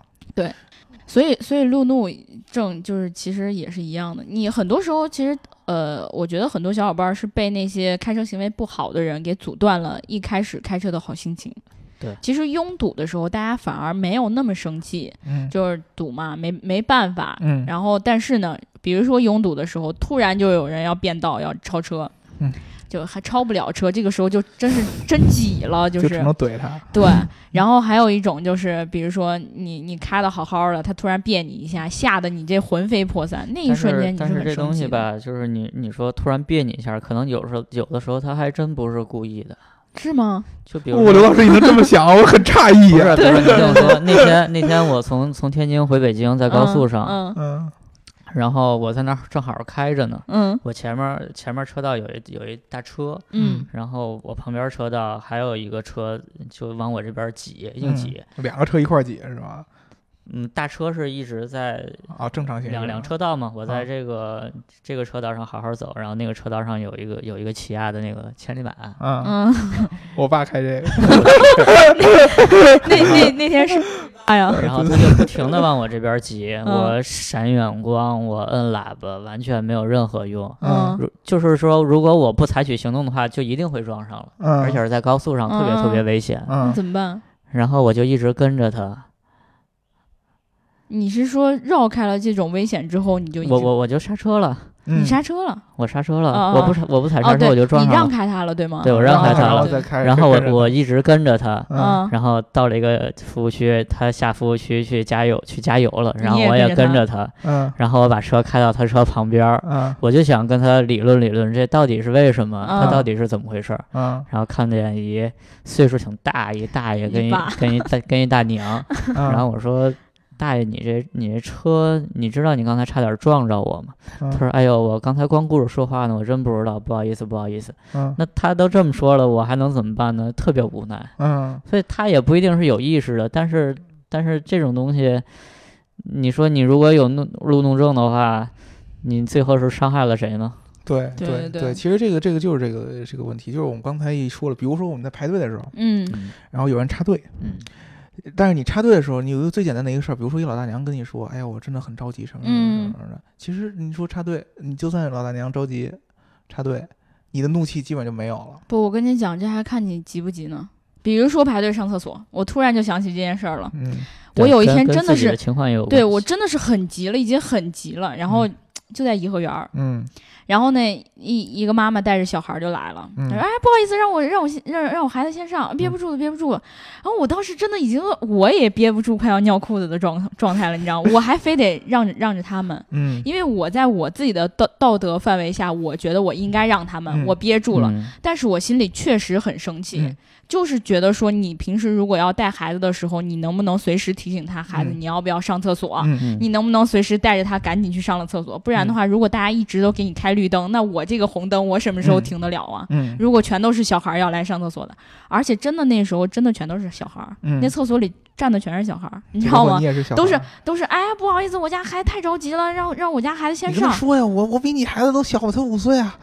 所以，所以路怒症就是其实也是一样的。你很多时候其实，呃，我觉得很多小伙伴儿是被那些开车行为不好的人给阻断了一开始开车的好心情。对其实拥堵的时候，大家反而没有那么生气，嗯就是堵嘛，没没办法。嗯然后，但是呢，比如说拥堵的时候，突然就有人要变道，要超车，嗯就还超不了车，这个时候就真是真挤了，就就是只能怼他。对，嗯然后还有一种就是，比如说你你开的好好的，他突然别你一下，吓得你这魂飞魄散，那一但瞬是间你但是是很这生东气西的。吧，就是你你说突然别你一下，可能有时候有的时候他还真不是故意的，是吗？就比如我刘说老师，你能这么想，我很诧不异啊是呀。 不是，你听我说，那天那天我从从天津回北京，在高速上，嗯，嗯嗯然后我在那儿正好开着呢，嗯我前面前面车道有一有一大车，嗯然后我旁边车道还有一个车就往我这边挤，硬挤。嗯两个车一块儿挤是吧？嗯，大车是一直在啊，正常行驶两两车道嘛，我啊在这个、这个车道上好好走，然后那个车道上有一个有一个起亚的那个 千里马，嗯，嗯，我爸开这个，那那那天 是，哎呀，然后他就不停的往我这边挤，嗯我闪远光，我摁喇叭，完全没有任何用。嗯嗯如就是说，如果我不采取行动的话，就一定会撞上了，啊嗯，而且是在高速上特别嗯特别危险。嗯，怎么办？然后我就一直跟着他，你是说绕开了这种危险之后，你就一直我我我就刹车了，嗯你刹车了？我刹车了，哦哦我不刹我不踩哦，刹车、对，我就撞你上让了。开他了，对吗？哦对我让开他然了后再开，然后跟着我我一直跟着他，嗯嗯，然后到了一个服务区，他下服务区去加油去加油了，然后你也我也跟跟着着他，嗯然后我把车开到他车旁边儿，嗯我就想跟他理论理论，这到底是为什么？嗯他到底是怎么回事儿？嗯然后看见一岁数挺大一大爷跟一一爸跟一大跟一大 娘， 嗯，然后我说。大爷，你这你这车，你知道你刚才差点撞着我吗？嗯他说：“哎呦，我刚才光顾着说话呢，我真不知道，不好意思，不好意思。”嗯那他都这么说了，我还能怎么办呢？特别无奈。嗯所以他也不一定是有意识的，但是但是这种东西，你说你如果有怒路怒症的话，你最后是伤害了谁呢？对对对对对，其实这个这个就是这个这个问题，就是我们刚才一说了，比如说我们在排队的时候，嗯嗯然后有人插队，嗯但是你插队的时候，你有一个最简单的一个事儿，比如说一老大娘跟你说：“哎呀，我真的很着急，什么什么什嗯么什么的。其实你说插队，你就算老大娘着急插队，你的怒气基本就没有了。不，我跟你讲，这还看你急不急呢。比如说排队上厕所，我突然就想起这件事儿了。嗯我对有一跟天跟真的自己是的情况也有对关我系真的是很急了，已经很急了，然后就在颐和园儿，嗯然后呢，一一个妈妈带着小孩儿就来了，她嗯说：“哎，不好意思，让我让我先让让我孩子先上，憋不住了，憋不住了。”然后我当时真的已经我也憋不住快要尿裤子的状状态了，你知道吗，我还非得让着让着他们。嗯因为我在我自己的道道德范围下，我觉得我应该让他们，嗯我憋住了，嗯但是我心里确实很生气，嗯就是觉得说，你平时如果要带孩子的时候，你能不能随时提醒他孩子嗯你要不要上厕所？嗯嗯你能不能随时带着他赶紧去上了厕所？不然的话，如果大家一直都给你开绿灯，那我这个红灯我什么时候嗯停得了啊？嗯如果全都是小孩儿要来上厕所的，而且真的那时候真的全都是小孩儿，嗯那厕所里站的全是小孩儿，你你知道吗你？也是小孩儿，都是都是哎，不好意思，我家孩子太着急了，让让我家孩子先你跟他上。说呀，我我比你孩子都小，我才五岁 啊。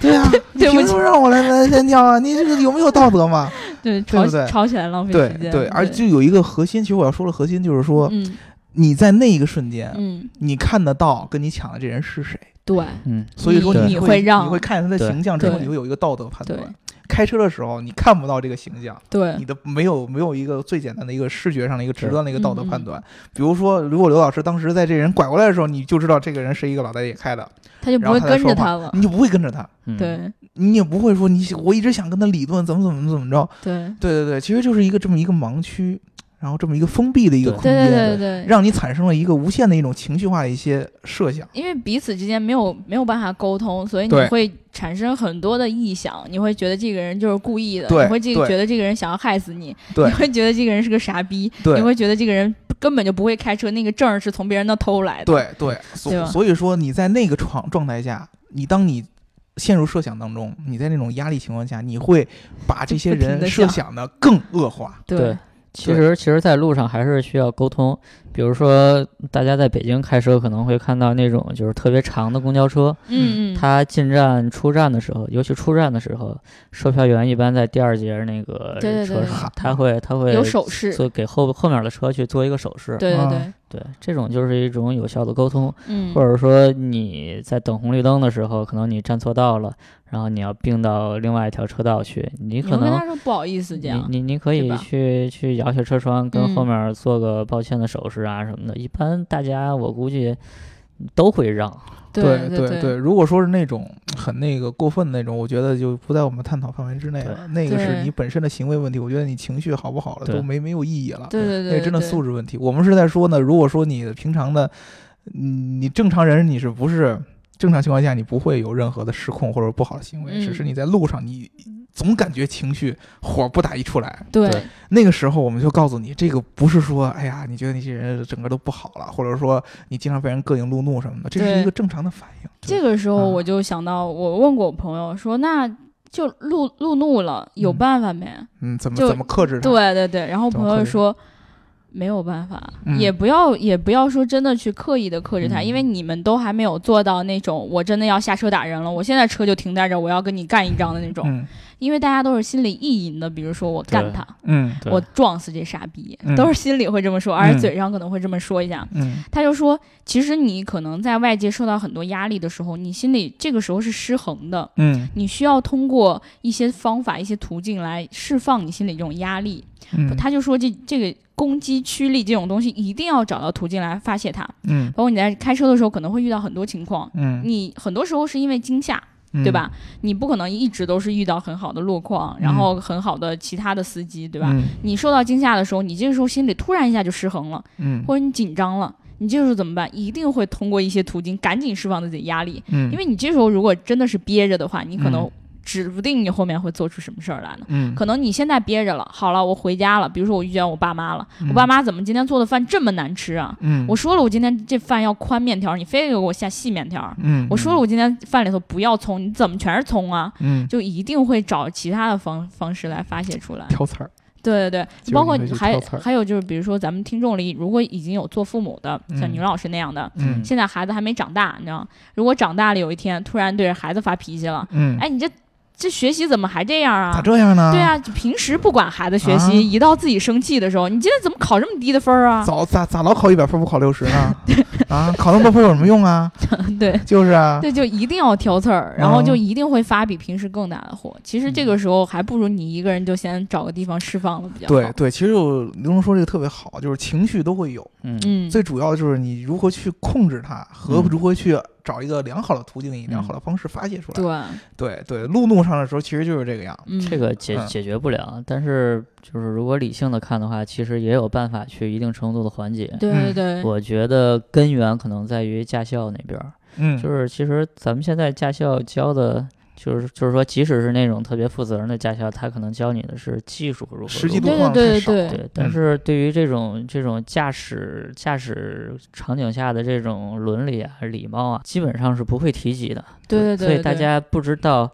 对呀、你对不凭什么让我来来先尿啊？你这个有没有道德嘛？对，对吵不对吵起来浪费对时间。对，而就有一个核心，其实我要说的核心就是说，嗯你在那一个瞬间，嗯，你看得到跟你抢的这人是谁。对嗯所以说你你你会让你会看见他的对形象之后，对你会有一个道德判对嗯断。开车的时候，你看不到这个形象，对你的没有没有一个最简单的一个视觉上的一个直对观的一个道德嗯判嗯断。比如说，如果刘老师当时在这人拐过来的时候，你就知道这个人是一个老大爷开的，他就不然会后再跟说着话他了。你就不会跟着他，嗯，对你也不会说你我一直想跟他理论怎么怎么怎么着。对对对对，其实就是一个这么一个盲区，然后这么一个封闭的一个对空对间，对对对，让你产生了一个无限的一种情绪化的一些设想。因为彼此之间没有没有办法沟通，所以你对会产生很多的臆想，你会觉得这个人就是故意的，对你会这个对觉得这个人想要害死你，对你会觉得这个人是个傻逼，对，你会觉得这个人根本就不会开车，那个证儿是从别人那偷来的。对对，对吧所所以说你在那个状状态下，你当你陷入设想当中，你在那种压力情况下，你会把这些不停地人设想的更恶化。对对嗯其对实，其实，在路上还是需要沟通。比如说，大家在北京开车，可能会看到那种就是特别长的公交车，嗯嗯，它进站、出站的时候，尤其出站的时候，售票员一般在第二节那个对对对车对上，他会他会有手势，做给后后面的车去做一个手势。对对啊对，对这种就是一种有效的沟通，嗯，或者说你在等红绿灯的时候，可能你站错道了，然后你要并到另外一条车道去，你你可会跟他能。说不好意思这你样，你你可是以吧去去摇下车窗，跟后嗯面做个抱歉的手势啊什么的。一般大家我估计都会让，对对对，如果说是那种很那个过分的那种，我觉得就不在我们探讨范围之内了。那个是对你本身的行为问题，我觉得你情绪好不好了对都没没有意义了。对对对那对，个真的对素质问题。我们是在说呢，如果说你的平常的，嗯你正常人你是不是正常情况下你不会有任何的失控或者不好的行为，嗯只是你在路上你总感觉情绪火不打一处来。对对那个时候我们就告诉你，这个不是说，哎呀，你觉得那些人整个都不好了，或者说你经常被人膈应路怒什么的，这是对一个正常的反应。这个时候啊我就想到，我问过我朋友说，那就路路怒了，有嗯办法没？嗯，怎么就怎么克制它？对对对，然后怎么朋克友制说。没有办法，嗯也不要也不要说真的去刻意的克制他，嗯因为你们都还没有做到那种我真的要下车打人了，我现在车就停在这儿，我要跟你干一仗的那种。嗯因为大家都是心里意淫的，比如说我干对他，嗯对我撞死这傻逼，嗯都是心里会这么说，而嗯嘴上可能会这么说一下。嗯他就说，其实你可能在外界受到很多压力的时候，你心里这个时候是失衡的，嗯你需要通过一些方法、一些途径来释放你心里这种压力。嗯，他就说这这个攻击驱力这种东西，一定要找到途径来发泄它。嗯包括你在开车的时候，可能会遇到很多情况，嗯，你很多时候是因为惊吓，嗯对？吧？你不可能一直都是遇到很好的路况，然后很好的其他的司机，对吧？嗯你受到惊吓的时候，你这个时候心里突然一下就失衡了，嗯或者你紧张了，你这个时候怎么办？一定会通过一些途径赶紧释放自己的压力，嗯，因为你这时候如果真的是憋着的话，你可能嗯指不定你后面会做出什么事儿来呢。嗯可能你现在憋着了，好了，我回家了。比如说我遇见我爸妈了，我嗯爸妈怎么今天做的饭这么难吃啊？嗯我说了，我今天这饭要宽面条，你非给我下细面条。嗯，我说了，我今天饭里头不要葱，你怎么全是葱啊？嗯就一定会找其他的方方式来发泄出来。挑刺儿，对对就对，是包括你会去还挑刺儿还有就是，比如说咱们听众里，如果已经有做父母的，像嗯牛老师那样的，嗯现在孩子还没长大，你知道吗，如果长大了有一天突然对着孩子发脾气了，嗯，哎，你这这学习怎么还这样啊？咋这样呢？对，啊，就平时不管孩子学习，啊一到自己生气的时候，你今天怎么考这么低的分儿啊？ 早咋咋老考一百分不考六十呢？啊，考那么多分有什么用啊？对，就是啊，对，就一定要挑刺儿，然后嗯就一定会发比平时更大的火。其实这个时候还不如你一个人就先找个地方释放了比较好。对对，其实我刘能说这个特别好，就是情绪都会有，嗯嗯，最主要的就是你如何去控制它和嗯如何去找一个良好的途径以良好的方式发泄出来。嗯对，对对，路怒上的时候其实就是这个样。嗯，这个解嗯解决不了，但是就是如果理性的看的话，其实也有办法去一定程度的缓解。对对嗯对，我觉得根源可能在于驾校那边儿，嗯，就是其实咱们现在驾校教的，就是就是说，即使是那种特别负责任的驾校，他可能教你的是技术如何实际如路对何况对太对少。对对，但嗯是对于这种这种驾驶驾驶场景下的这种伦理啊、礼貌啊，基本上是不会提及的。对对对所以大对家不知道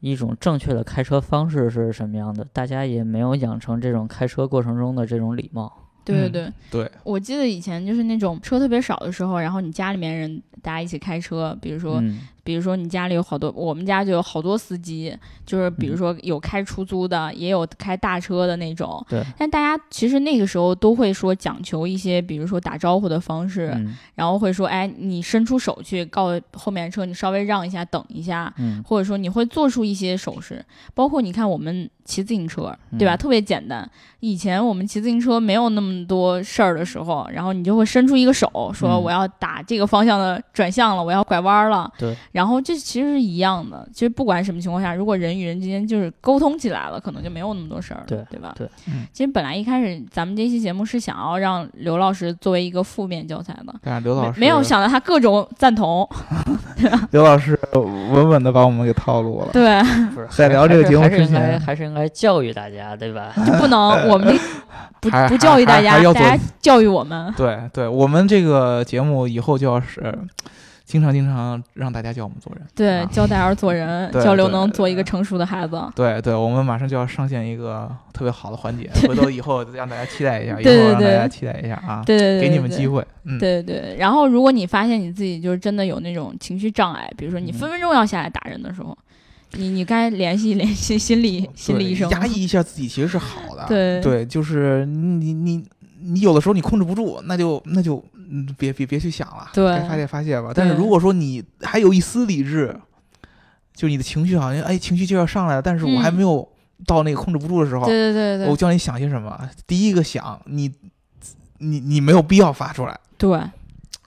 一种正确的开车方式是什么样的，大家也没有养成这种开车过程中的这种礼貌。对对嗯对。对我记得以前就是那种车特别少的时候，然后你家里面人大家一起开车，比如说，嗯，比如说你家里有好多，我们家就有好多司机，就是比如嗯说有开出租的，也有开大车的那种。对，但大家其实那个时候都会说讲求一些，比如说打招呼的方式，嗯然后会说，哎，你伸出手去告后面的车，你稍微让一下，等一下，嗯或者说你会做出一些手势，包括你看我们骑自行车，对吧？嗯特别简单。以前我们骑自行车没有那么多事儿的时候，然后你就会伸出一个手，说嗯我要打这个方向的转向了，我要拐弯了。对。然后这其实是一样的，其实不管什么情况下，如果人与人之间就是沟通起来了，可能就没有那么多事儿了，对对吧？对嗯其实本来一开始咱们这期节目是想要让刘老师作为一个负面教材的，但是刘老没师没有想到他各种赞同，刘老师稳稳的把我们给套路 了。 对，不是在还聊这嗯还个是节目还是之应该前还是应该教育大家，对吧？就 不能我们这不哎还不教育大还还家还，要做大家教育我们，对对，我们这个节目以后就要是经常经常让大家教我们做人。对，啊教大家做人，对教刘对能对做一个成熟的孩子。对对，我们马上就要上线一个特别好的环节，回头以后让大家期 待一下，以后对对让大对家期待一下啊，对对对，给你们机会。会，嗯，对对对，然后如果你发现你自己就是真的有那种情绪障碍，比如说你嗯分分钟要下来打人的时候，你你该联系联系心理心理医生。压抑一下自己其实是好的，对就是你你你有的时候你控制不住，那就那就嗯别别别去想了，对该发泄发泄吧。但是对如果说你还有一丝理智，就你的情绪好像哎情绪就要上来了，但是我还嗯没有到那个控制不住的时候，对对对我对叫你想些什么，第一个想你你你没有必要发出来。对，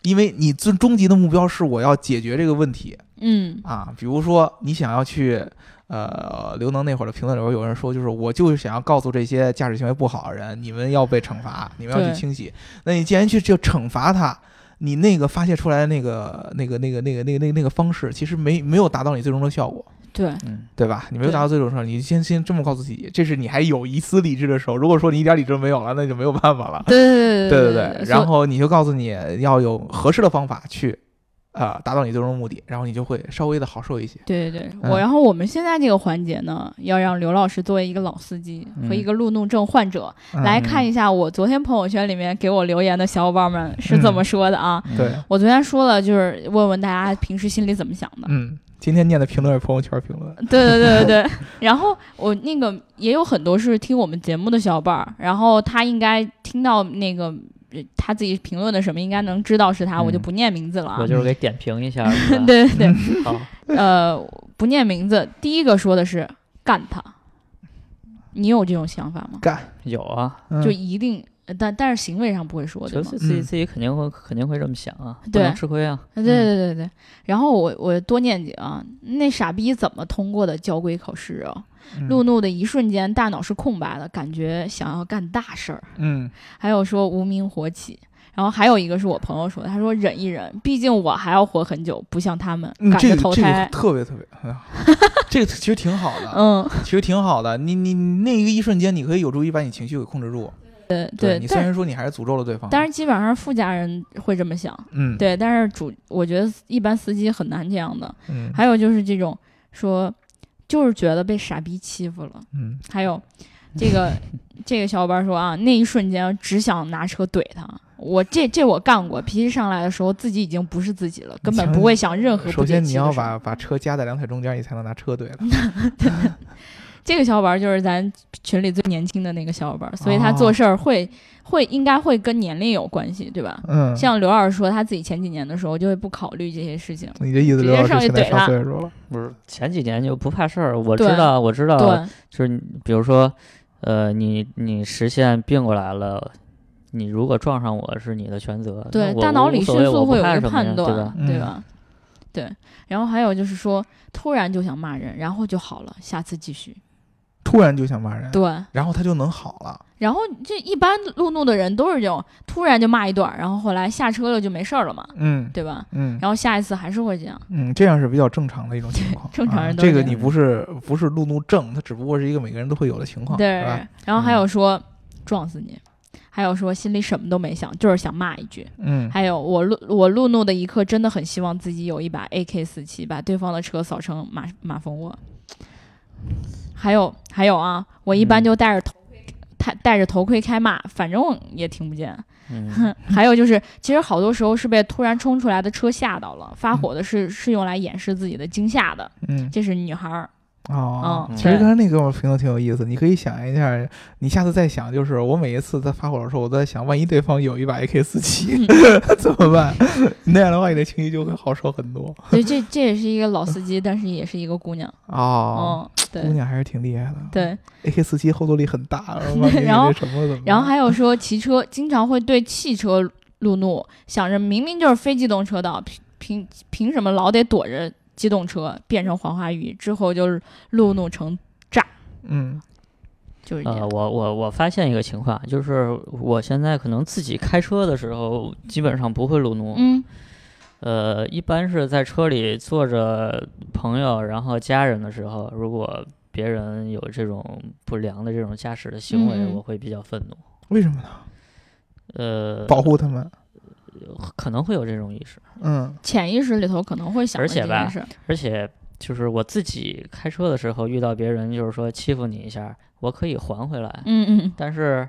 因为你最终极的目标是我要解决这个问题嗯啊，比如说你想要去，呃，刘能那会儿的评论里边有人说，就是我就是想要告诉这些驾驶行为不好的人，你们要被惩罚，你们要对去清洗。那你既然去就惩罚他，你那个发泄出来的那个那个那个那个那个那个那个方式，其实没没有达到你最终的效果。对， 嗯，对吧？你没有对达到最终上，你先先这么告诉自己，这是你还有一丝理智的时候。如果说你一点理智都没有了，那就没有办法了。对对对对所对，以然后你就告诉你要有合适的方法去，呃，达到你最终的目的，然后你就会稍微的好受一些。对对对，嗯我然后我们现在这个环节呢，要让刘老师作为一个老司机和一嗯个路怒症患者、来看一下我昨天朋友圈里面给我留言的小伙伴们是怎么说的啊。嗯对，我昨天说了，就是问问大家平时心里怎么想的。嗯，今天念的评论是朋友圈评论，对对对对对，嗯然后我那个也有很多是听我们节目的小伙伴儿，然后他应该听到那个呃他自己评论的什么，应该能知道是他，我就嗯不念名字了啊我。就是给点评 一下，是吧对对对，嗯好，呃，不念名字，第一个说的是干他，你有这种想法吗？干，有啊，嗯就一定，呃但但是行为上不会说，对就吗是？自己嗯自己肯定会肯定会这么想啊，不对能吃亏啊，对对对嗯对。然后我我多念几个啊，那傻逼怎么通过的交规考试啊？嗯路，怒的一瞬间，大脑是空白的，感觉想要干大事儿。嗯还有说无名火起。然后还有一个是我朋友说的，他说忍一忍，毕竟我还要活很久，不像他们嗯，赶这着个投这胎个。特别特别，哎呀这个其实挺好的，嗯，其实挺好的。你你你那一个一瞬间，你可以有助于把你情绪给控制住。对你虽但是然说你还是诅咒了对方，但是基本上富家人会这么想，嗯，对，但是主我觉得一般司机很难这样的。嗯，还有就是这种说，就是觉得被傻逼欺负了。嗯还有这 个这个小伙伴说啊，那一瞬间只想拿车怼他。我这这我干过，脾气上来的时候自己已经不是自己了，根本强不会想任何不首解先你气的要事儿把把车夹在两腿中间，你才能拿车怼了。 这个小伙伴就是咱群里最年轻的那个小伙伴，所以他哦做事儿会、会应该会跟年龄有关系，对吧？嗯，像刘老师说，他自己前几年的时候就会不考虑这些事情，你这意思，直刘接老师上去现在怼上他岁数了。不是前几年就不怕事儿，我知对道我知道，对，就是你比如说，呃，你你实现并过来了，你如果撞上我是你的全责，那对，我大脑里无所迅谓速我不会有一怕个什么呀判断，对吧？对嗯吧？对，然后还有就是说，突然就想骂人，然后就好了，下次继续。突然就想骂嗯人，对，然后他就能好了。然后这一般路怒的人都是这种，突然就骂一段儿，然后后来下车了就没事儿了嘛，嗯对吧？嗯然后下一次还是会这样。嗯，这样是比较正常的一种情况。 正常人啊都这个这你样不是不是路怒症，它只不过是一个每个人都会有的哦情况，对，是吧？然后还嗯有说、撞死你，还有说心里什么都没想，就是想骂一句。 嗯还有我路我路怒的一刻，真的很希望自己有一把 AK 四七，把对方的车扫成马马蜂窝。还有还有啊，我一般嗯就戴着头盔，戴、戴着头盔开骂，反正也听不见。 嗯，还有就是，其实好多时候是被突然冲出来的车吓到了，发火的是、是用来掩饰自己的惊吓的，嗯这是女孩儿。哦，嗯其实对 刚才那个我评论挺有意思，你可以想一下，你下次再想，就是我每一次在发火的时候，我都在想，万一对方有一把 AK 四七 怎么办？那样的话，你的情绪就会好受很多。所以这这也是一个老司机，但是也是一个姑娘。哦，嗯，姑对娘还是挺厉害的。对。 AK 四七后坐力很大， 然后万一你然后那什么怎么办？然后还有说骑车经常会对汽车路怒，想着明明就是非机动车道，凭凭凭什么老得躲着机动车，变成黄花鱼之后就是路怒成嗯就是这呃，样。我我我发现一个情况，就是我现在可能自己开车的时候，基本上不会路怒，嗯呃，一般是在车里坐着朋友，然后家人的时候，如果别人有这种不良的这种驾驶的行为，嗯嗯我会比较愤怒。为什么呢？呃，保护他们。可能会有这种意识，嗯潜意识里头可能会想而着且这吧件事，而且就是我自己开车的时候遇到别人，就是说欺负你一下，我可以还回来，嗯嗯，但是。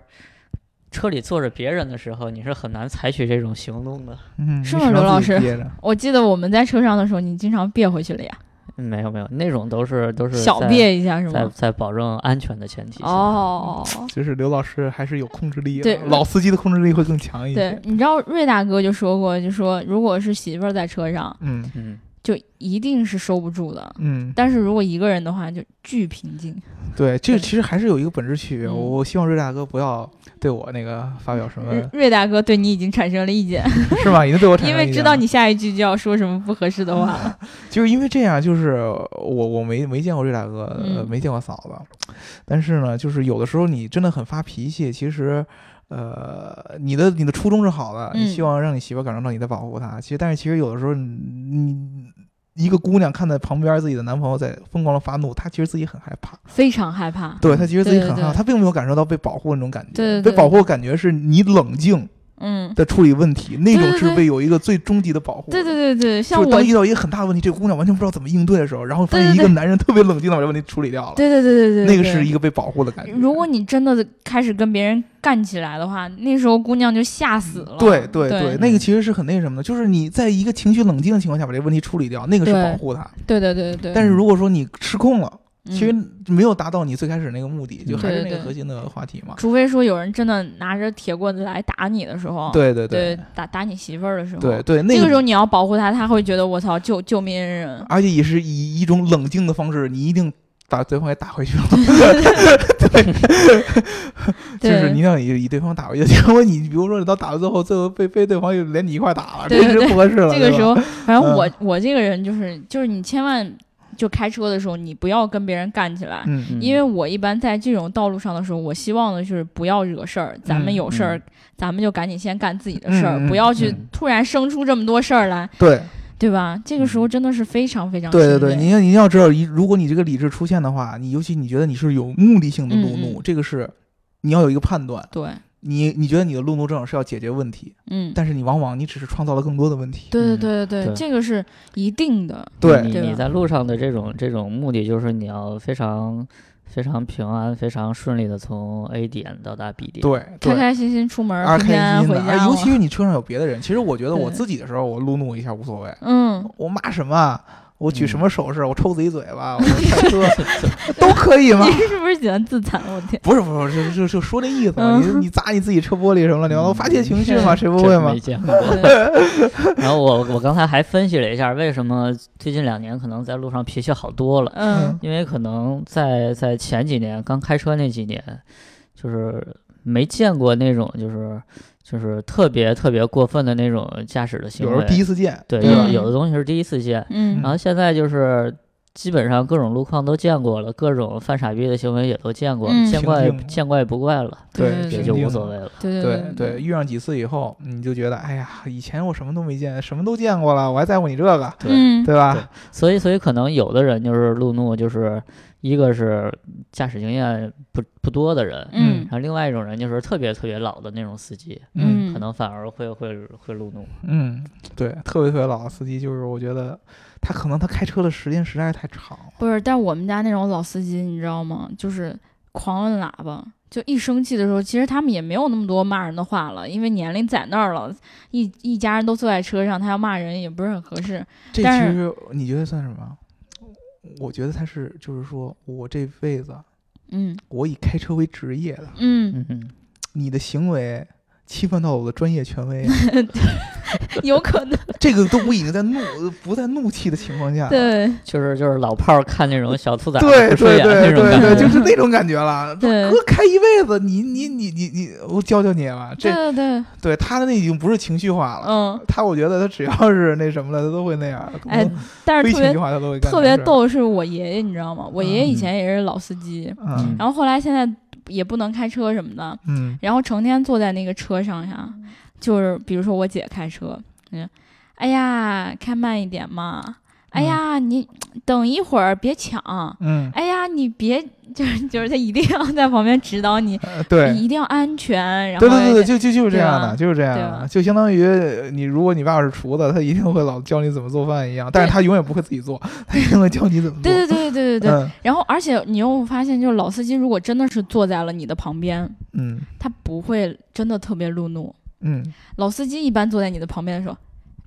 车里坐着别人的时候，你是很难采取这种行动的。嗯，是你吗只能刘老自己师憋着我记得我们在车上的时候，你经常憋回去了呀，没有没有，那种都是都是小在憋一下是在吗？在保证安全的前提下。哦，就是刘老师还是有控制力的，对老司机的控制力会更强一对些，。你知道瑞大哥就说过，就说如果是媳妇儿在车上，嗯嗯，就一定是收不住的，嗯，但是如果一个人的话，就巨平静。对，这对个其实还是有一个本质区别。嗯我希望瑞大哥不要对我那个发表什么瑞，瑞大哥对你已经产生了意见，是吗？已经对嗯我产生嗯因了为意知见道了你下一句就要说什么不合适的话 了。就是因为这样，就是我我没没见过瑞大哥，呃，嗯没见过嫂子，但是呢，就是有的时候你真的很发脾气，其实。呃，你的你的初衷是好的，你嗯希望让你媳妇感受到你在保护她。其实，但是其实有的时候你，你一个姑娘看到旁边自己的男朋友在疯狂的发怒，她其实自己很害怕，非常害怕。对她其实自己嗯对对很害怕，对她并没有感受到被保护的那种感觉。对对对被保护的感觉是你冷静嗯，的处理问题，那种对是对被有一个最终极的保护。对对对对，像就我，是当遇对到一个很大的问题，这个姑娘完全不知道怎么应对的时候，然后发现对对一对个男人特别冷静的把这个问题处理掉了，对对对对，那个对是一个被保护的感觉。如果你真的开始跟别人干起来的话，那时候姑娘就吓死了。对对对那个其实是很那什么的，就是你在一个情绪冷静的情况下把这个问题处理掉，那个是对保护她。对对对对。但是如果说你失控了，嗯其实没有达到你最开始那个目的，就还对是那对个核心的话题嘛。除非说有人真的拿着铁棍子来打你的时候，对对嗯对打打你媳妇儿的时候，对对，那这个时候个你要保护她，她会觉得我操救救命恩人。而且也是以一种冷静的方式，你一定把对方给打回去了。就对是你想以以对方打回去， 结果你比如说你到打到最后，最后被被对方又连你一块儿打了，对对这对是不合适 了。这个对吧时候，反正我、嗯我这个人就是就是你千万就开车的时候，你不要跟别人干起来。嗯，因为我一般在这种道路上的时候，我希望的就是不要惹事儿，咱们嗯有事儿，咱们就赶紧先干自己的事儿，嗯嗯不要去嗯突然生出这么多事儿来，对对吧？这个时候真的是非常非常嗯对对心对，累你要你要知道，一如果你这个理智出现的话，你尤其你觉得你是有目的性的路嗯嗯怒，这个是你要有一个判断。对，你你觉得你的路怒症是要解决问题，嗯，但是你往往你只是创造了更多的问题。对对嗯对对对，对这个是一定的，对你对吧你在路上的这种这种目的就是你要非常非常平安、非常顺利的从 A 点到达 B 点。对开对，开心心出门啊，儿，平平安开安心回的，家啊了。尤其是你车上有别的人。其实我觉得我对自己的时候，我路怒一下无所谓，嗯，我骂什么啊，我举什么手势，我抽自己嘴巴，我对开车都可以嘛你。是不是喜欢自残？我天，不是不是，就就就说那意思嗯嘛，你你砸你自己车玻璃什么乱七八糟，嗯发泄情绪嘛，谁不会这嘛没？见过。然后我我刚才还分析了一下，为什么最近两年可能在路上脾气好多了， 嗯因为可能在在前几年刚开车那几年，就是没见过那种就是就是特别特别过分的那种驾驶的行有为。时候第一次见，对，嗯有有的东西是第一次见，嗯然后现在就是基本上各种路况都见过了，各种犯傻逼的行为也都见过了，嗯见怪平静见怪不怪了，对也对平就无静所了谓了。对对对，遇上几次以后，你就觉得，哎呀，以前我什么都没见，什么都见过了，我还在乎你这个，对嗯，对吧？所以，所以可能有的人就是路怒，就是一个是驾驶经验不不多的人，嗯然后另外一种人就是特别特别老的那种司机，嗯嗯可能反而会会会路怒。嗯，对，特别特别老的司机，就是我觉得他可能他开车的时间实在是太长了。不是，但我们家那种老司机，你知道吗？就是狂摁喇叭，就一生气的时候，其实他们也没有那么多骂人的话了，因为年龄在那儿了，一一家人都坐在车上，他要骂人也不是很合适。这但其实你觉得算什么？啊我觉得他是，就是说我这辈子嗯我以开车为职业的，嗯，嗯哼，你的行为侵犯到我的专业 权威，有可能，这个都不已经在怒不在怒气的情况下，对就是就是老炮儿看那种小兔 崽子对不顺对眼的那对种对感对，觉。就是那种感觉了。对哥开一辈子，你你你你你，我教教你吧。对对这对，对他的那已经不是情绪化了，嗯，他我觉得他只要是那什么了，他都会那样。哎，但非是特情绪别化他都会干。特别，逗是我爷爷，你知道吗？我爷爷以嗯前也是老司机，嗯然后后来现在也不能开车什么的，嗯然后成天坐在那个车上呀，就是比如说我姐开车，嗯，哎呀，开慢一点嘛，哎呀，你等一会儿别抢，嗯，哎呀，你别 就是就是他一定要在旁边指导你，呃对。一定要安全，然后哎对对对对，就就就是这样对吧啊的，就是这样对的，吧就相当于呃你如果你爸是厨子，他一定会老教你怎么做饭一样，但是他永远不会自己做，他一定会教你怎么做。 对对对对对对对嗯然后而且你又发现，就是老司机如果真的是坐在了你的旁边，嗯他不会真的特别路怒。嗯老司机一般坐在你的旁边的时候，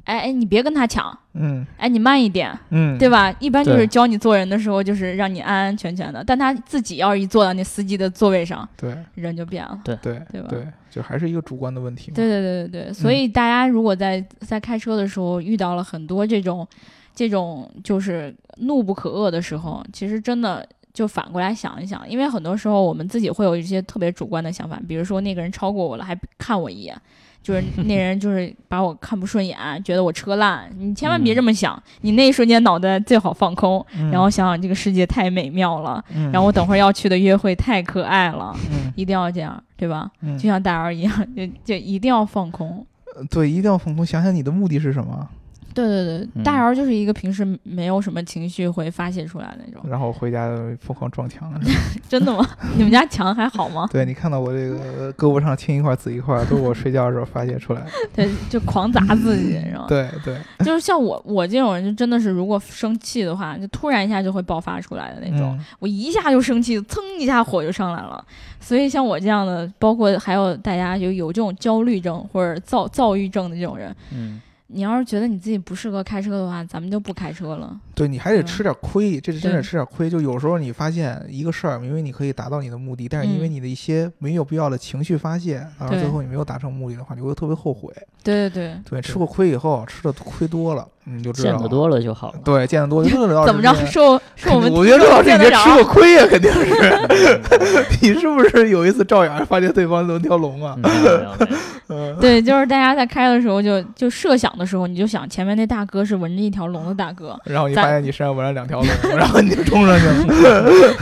哎哎，你别跟他抢，嗯哎，你慢一点。嗯，对吧？一般就是对教你做人的时候，就是让你安安全全的。但他自己要是一坐到那司机的座位上，对人就变了。对对吧对，就还是一个主观的问题嘛。对对对对对，所以大家如果在在开车的时候遇到了很多这种这种就是怒不可遏的时候，其实真的就反过来想一想，因为很多时候我们自己会有一些特别主观的想法，比如说那个人超过我了还看我一眼，就是那人就是把我看不顺眼，觉得我车烂。你千万别这么想，你那一瞬间脑袋最好放空，嗯然后想想这个世界太美妙了，嗯然后我等会儿要去的约会太可爱了，嗯一定要这样，对吧？嗯就像大姚一样，就就一定要放空。对，一定要放空，想想你的目的是什么。对对嗯对，大姚就是一个平时没有什么情绪会发泄出来的那种。然后回家疯狂撞墙。啊真 的吗？你们家墙还好吗？对你看到我这个胳膊上青一块紫一块，都是我睡觉的时候发泄出来的。对，就狂砸自己，是吧？对对，就是像我我这种人，就真的是如果生气的话，就突然一下就会爆发出来的那种。嗯我一下就生气，噌一下火就上来了。所以像我这样的，包括还有大家有有这种焦虑症或者躁躁郁症的这种人，嗯，你要是觉得你自己不适合开车的话，咱们就不开车了。对你还得嗯吃点亏，这真得对吃点亏。就有时候你发现一个事儿，明明你可以达到你的目的，但是因为嗯你的一些没有必要的情绪发泄，然后最对后你没有达成目的的话，你会特别后悔。对对对，吃过亏以后，吃的亏多了，你就知道见得多了就好了。对，见 得多就乐老对，师怎么着？这说说我们 我觉得乐老师见你得这着吃过亏呀、肯定是。 你是不是有一次照眼发现对方轮条龙啊嗯？没有没有没有嗯，对，就是大家在开的时候就，就设想的时候，你就想前面那大哥是纹着一条龙的大哥， 然后你咱发现你身上纹了两条龙，然后你就冲上去了。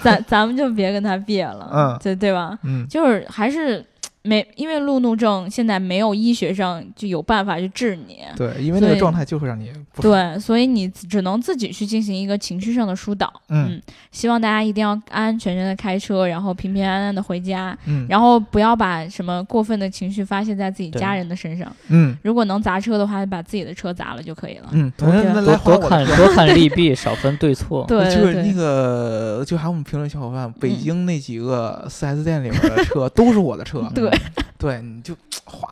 咱咱们就别跟他别了，嗯对对吧？嗯，就是还是没，因为路怒症现在没有医学上就有办法去治你，对，因为那个对状态就会让你不爽。对，所以你只能自己去进行一个情绪上的疏导。嗯希望大家一定要安安全全的开车，然后平平安安的回家，嗯然后不要把什么过分的情绪发泄在自己对家人的身上。嗯如果能砸车的话，把自己的车砸了就可以了。嗯，我觉得 来来多还我多的看车多看利弊，少分对错。对就对是那对，个，就还有我们评论小伙伴，北嗯京那几个四 S 店里边的车都是我的车， 对对，你就哗，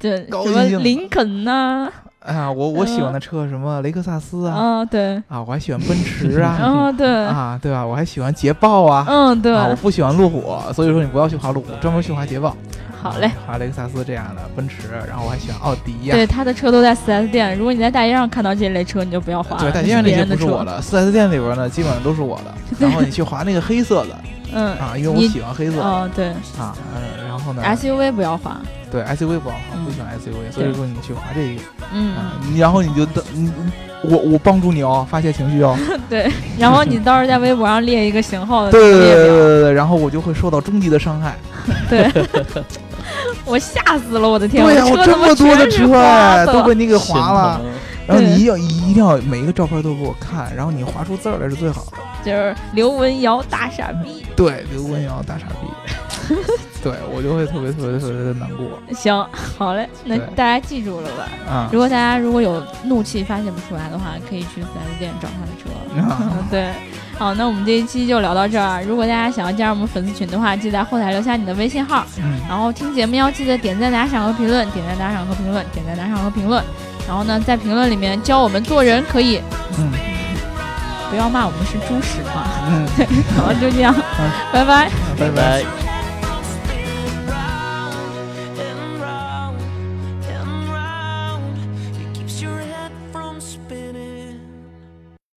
对，高什么兴了林肯呐、哎呀，我我喜嗯欢的车什么雷克萨斯啊，啊，对，啊，我还喜欢奔驰啊，啊对，啊，对吧？我还喜欢捷豹啊，嗯对，啊，我不喜欢路虎，所以说你不要去划路虎，专门去划捷豹。好嘞。，划雷克萨斯这样的奔驰，然后我还喜欢奥迪呀、对，他的车都在 4S 店。如果你在大街上看到这类车，你就不要划了。对，大街那是上那别些人不的是车。我的，四 S 店里边呢基本上都是我 的。然后你去划那个黑色的嗯啊，因为我你喜欢黑色的哦，对啊，嗯，然后呢， ，SUV 不要划。对 SUV 不好划，嗯不喜欢 SUV，所以对说你去划这个啊嗯，，你然后你就等你我我帮助你哦，发泄情绪哦，对。然后你到时候在微博上列一个型号的对对对列对表，对对，然后我就会受到终极的伤害。我吓死了，我的天！对呀，我我的这车么多的车哎，都的。被你给划了，心疼，然后对你一定要一定要每一个照片都给我看，然后你划出字儿来是最好的。就是刘文瑶大傻逼。对，刘文瑶大傻逼，对我就会特别特别特别的难过行，好嘞，那对大家记住了吧？啊如果大家如果有怒气发泄不出来的话，可以去 4S 店找他的车。啊！嗯，对。好，那我们这一期就聊到这儿。如果大家想要加入我们粉丝群的话，记得在后台留下你的微信号。嗯然后听节目要记得点赞、打赏和评论，点赞、打赏和评论，点赞、打赏和评论。然后呢，在评论里面教我们做人，可以嗯不要骂我们是猪屎嘛。嗯， 好，就这样，拜拜。拜拜拜。拜。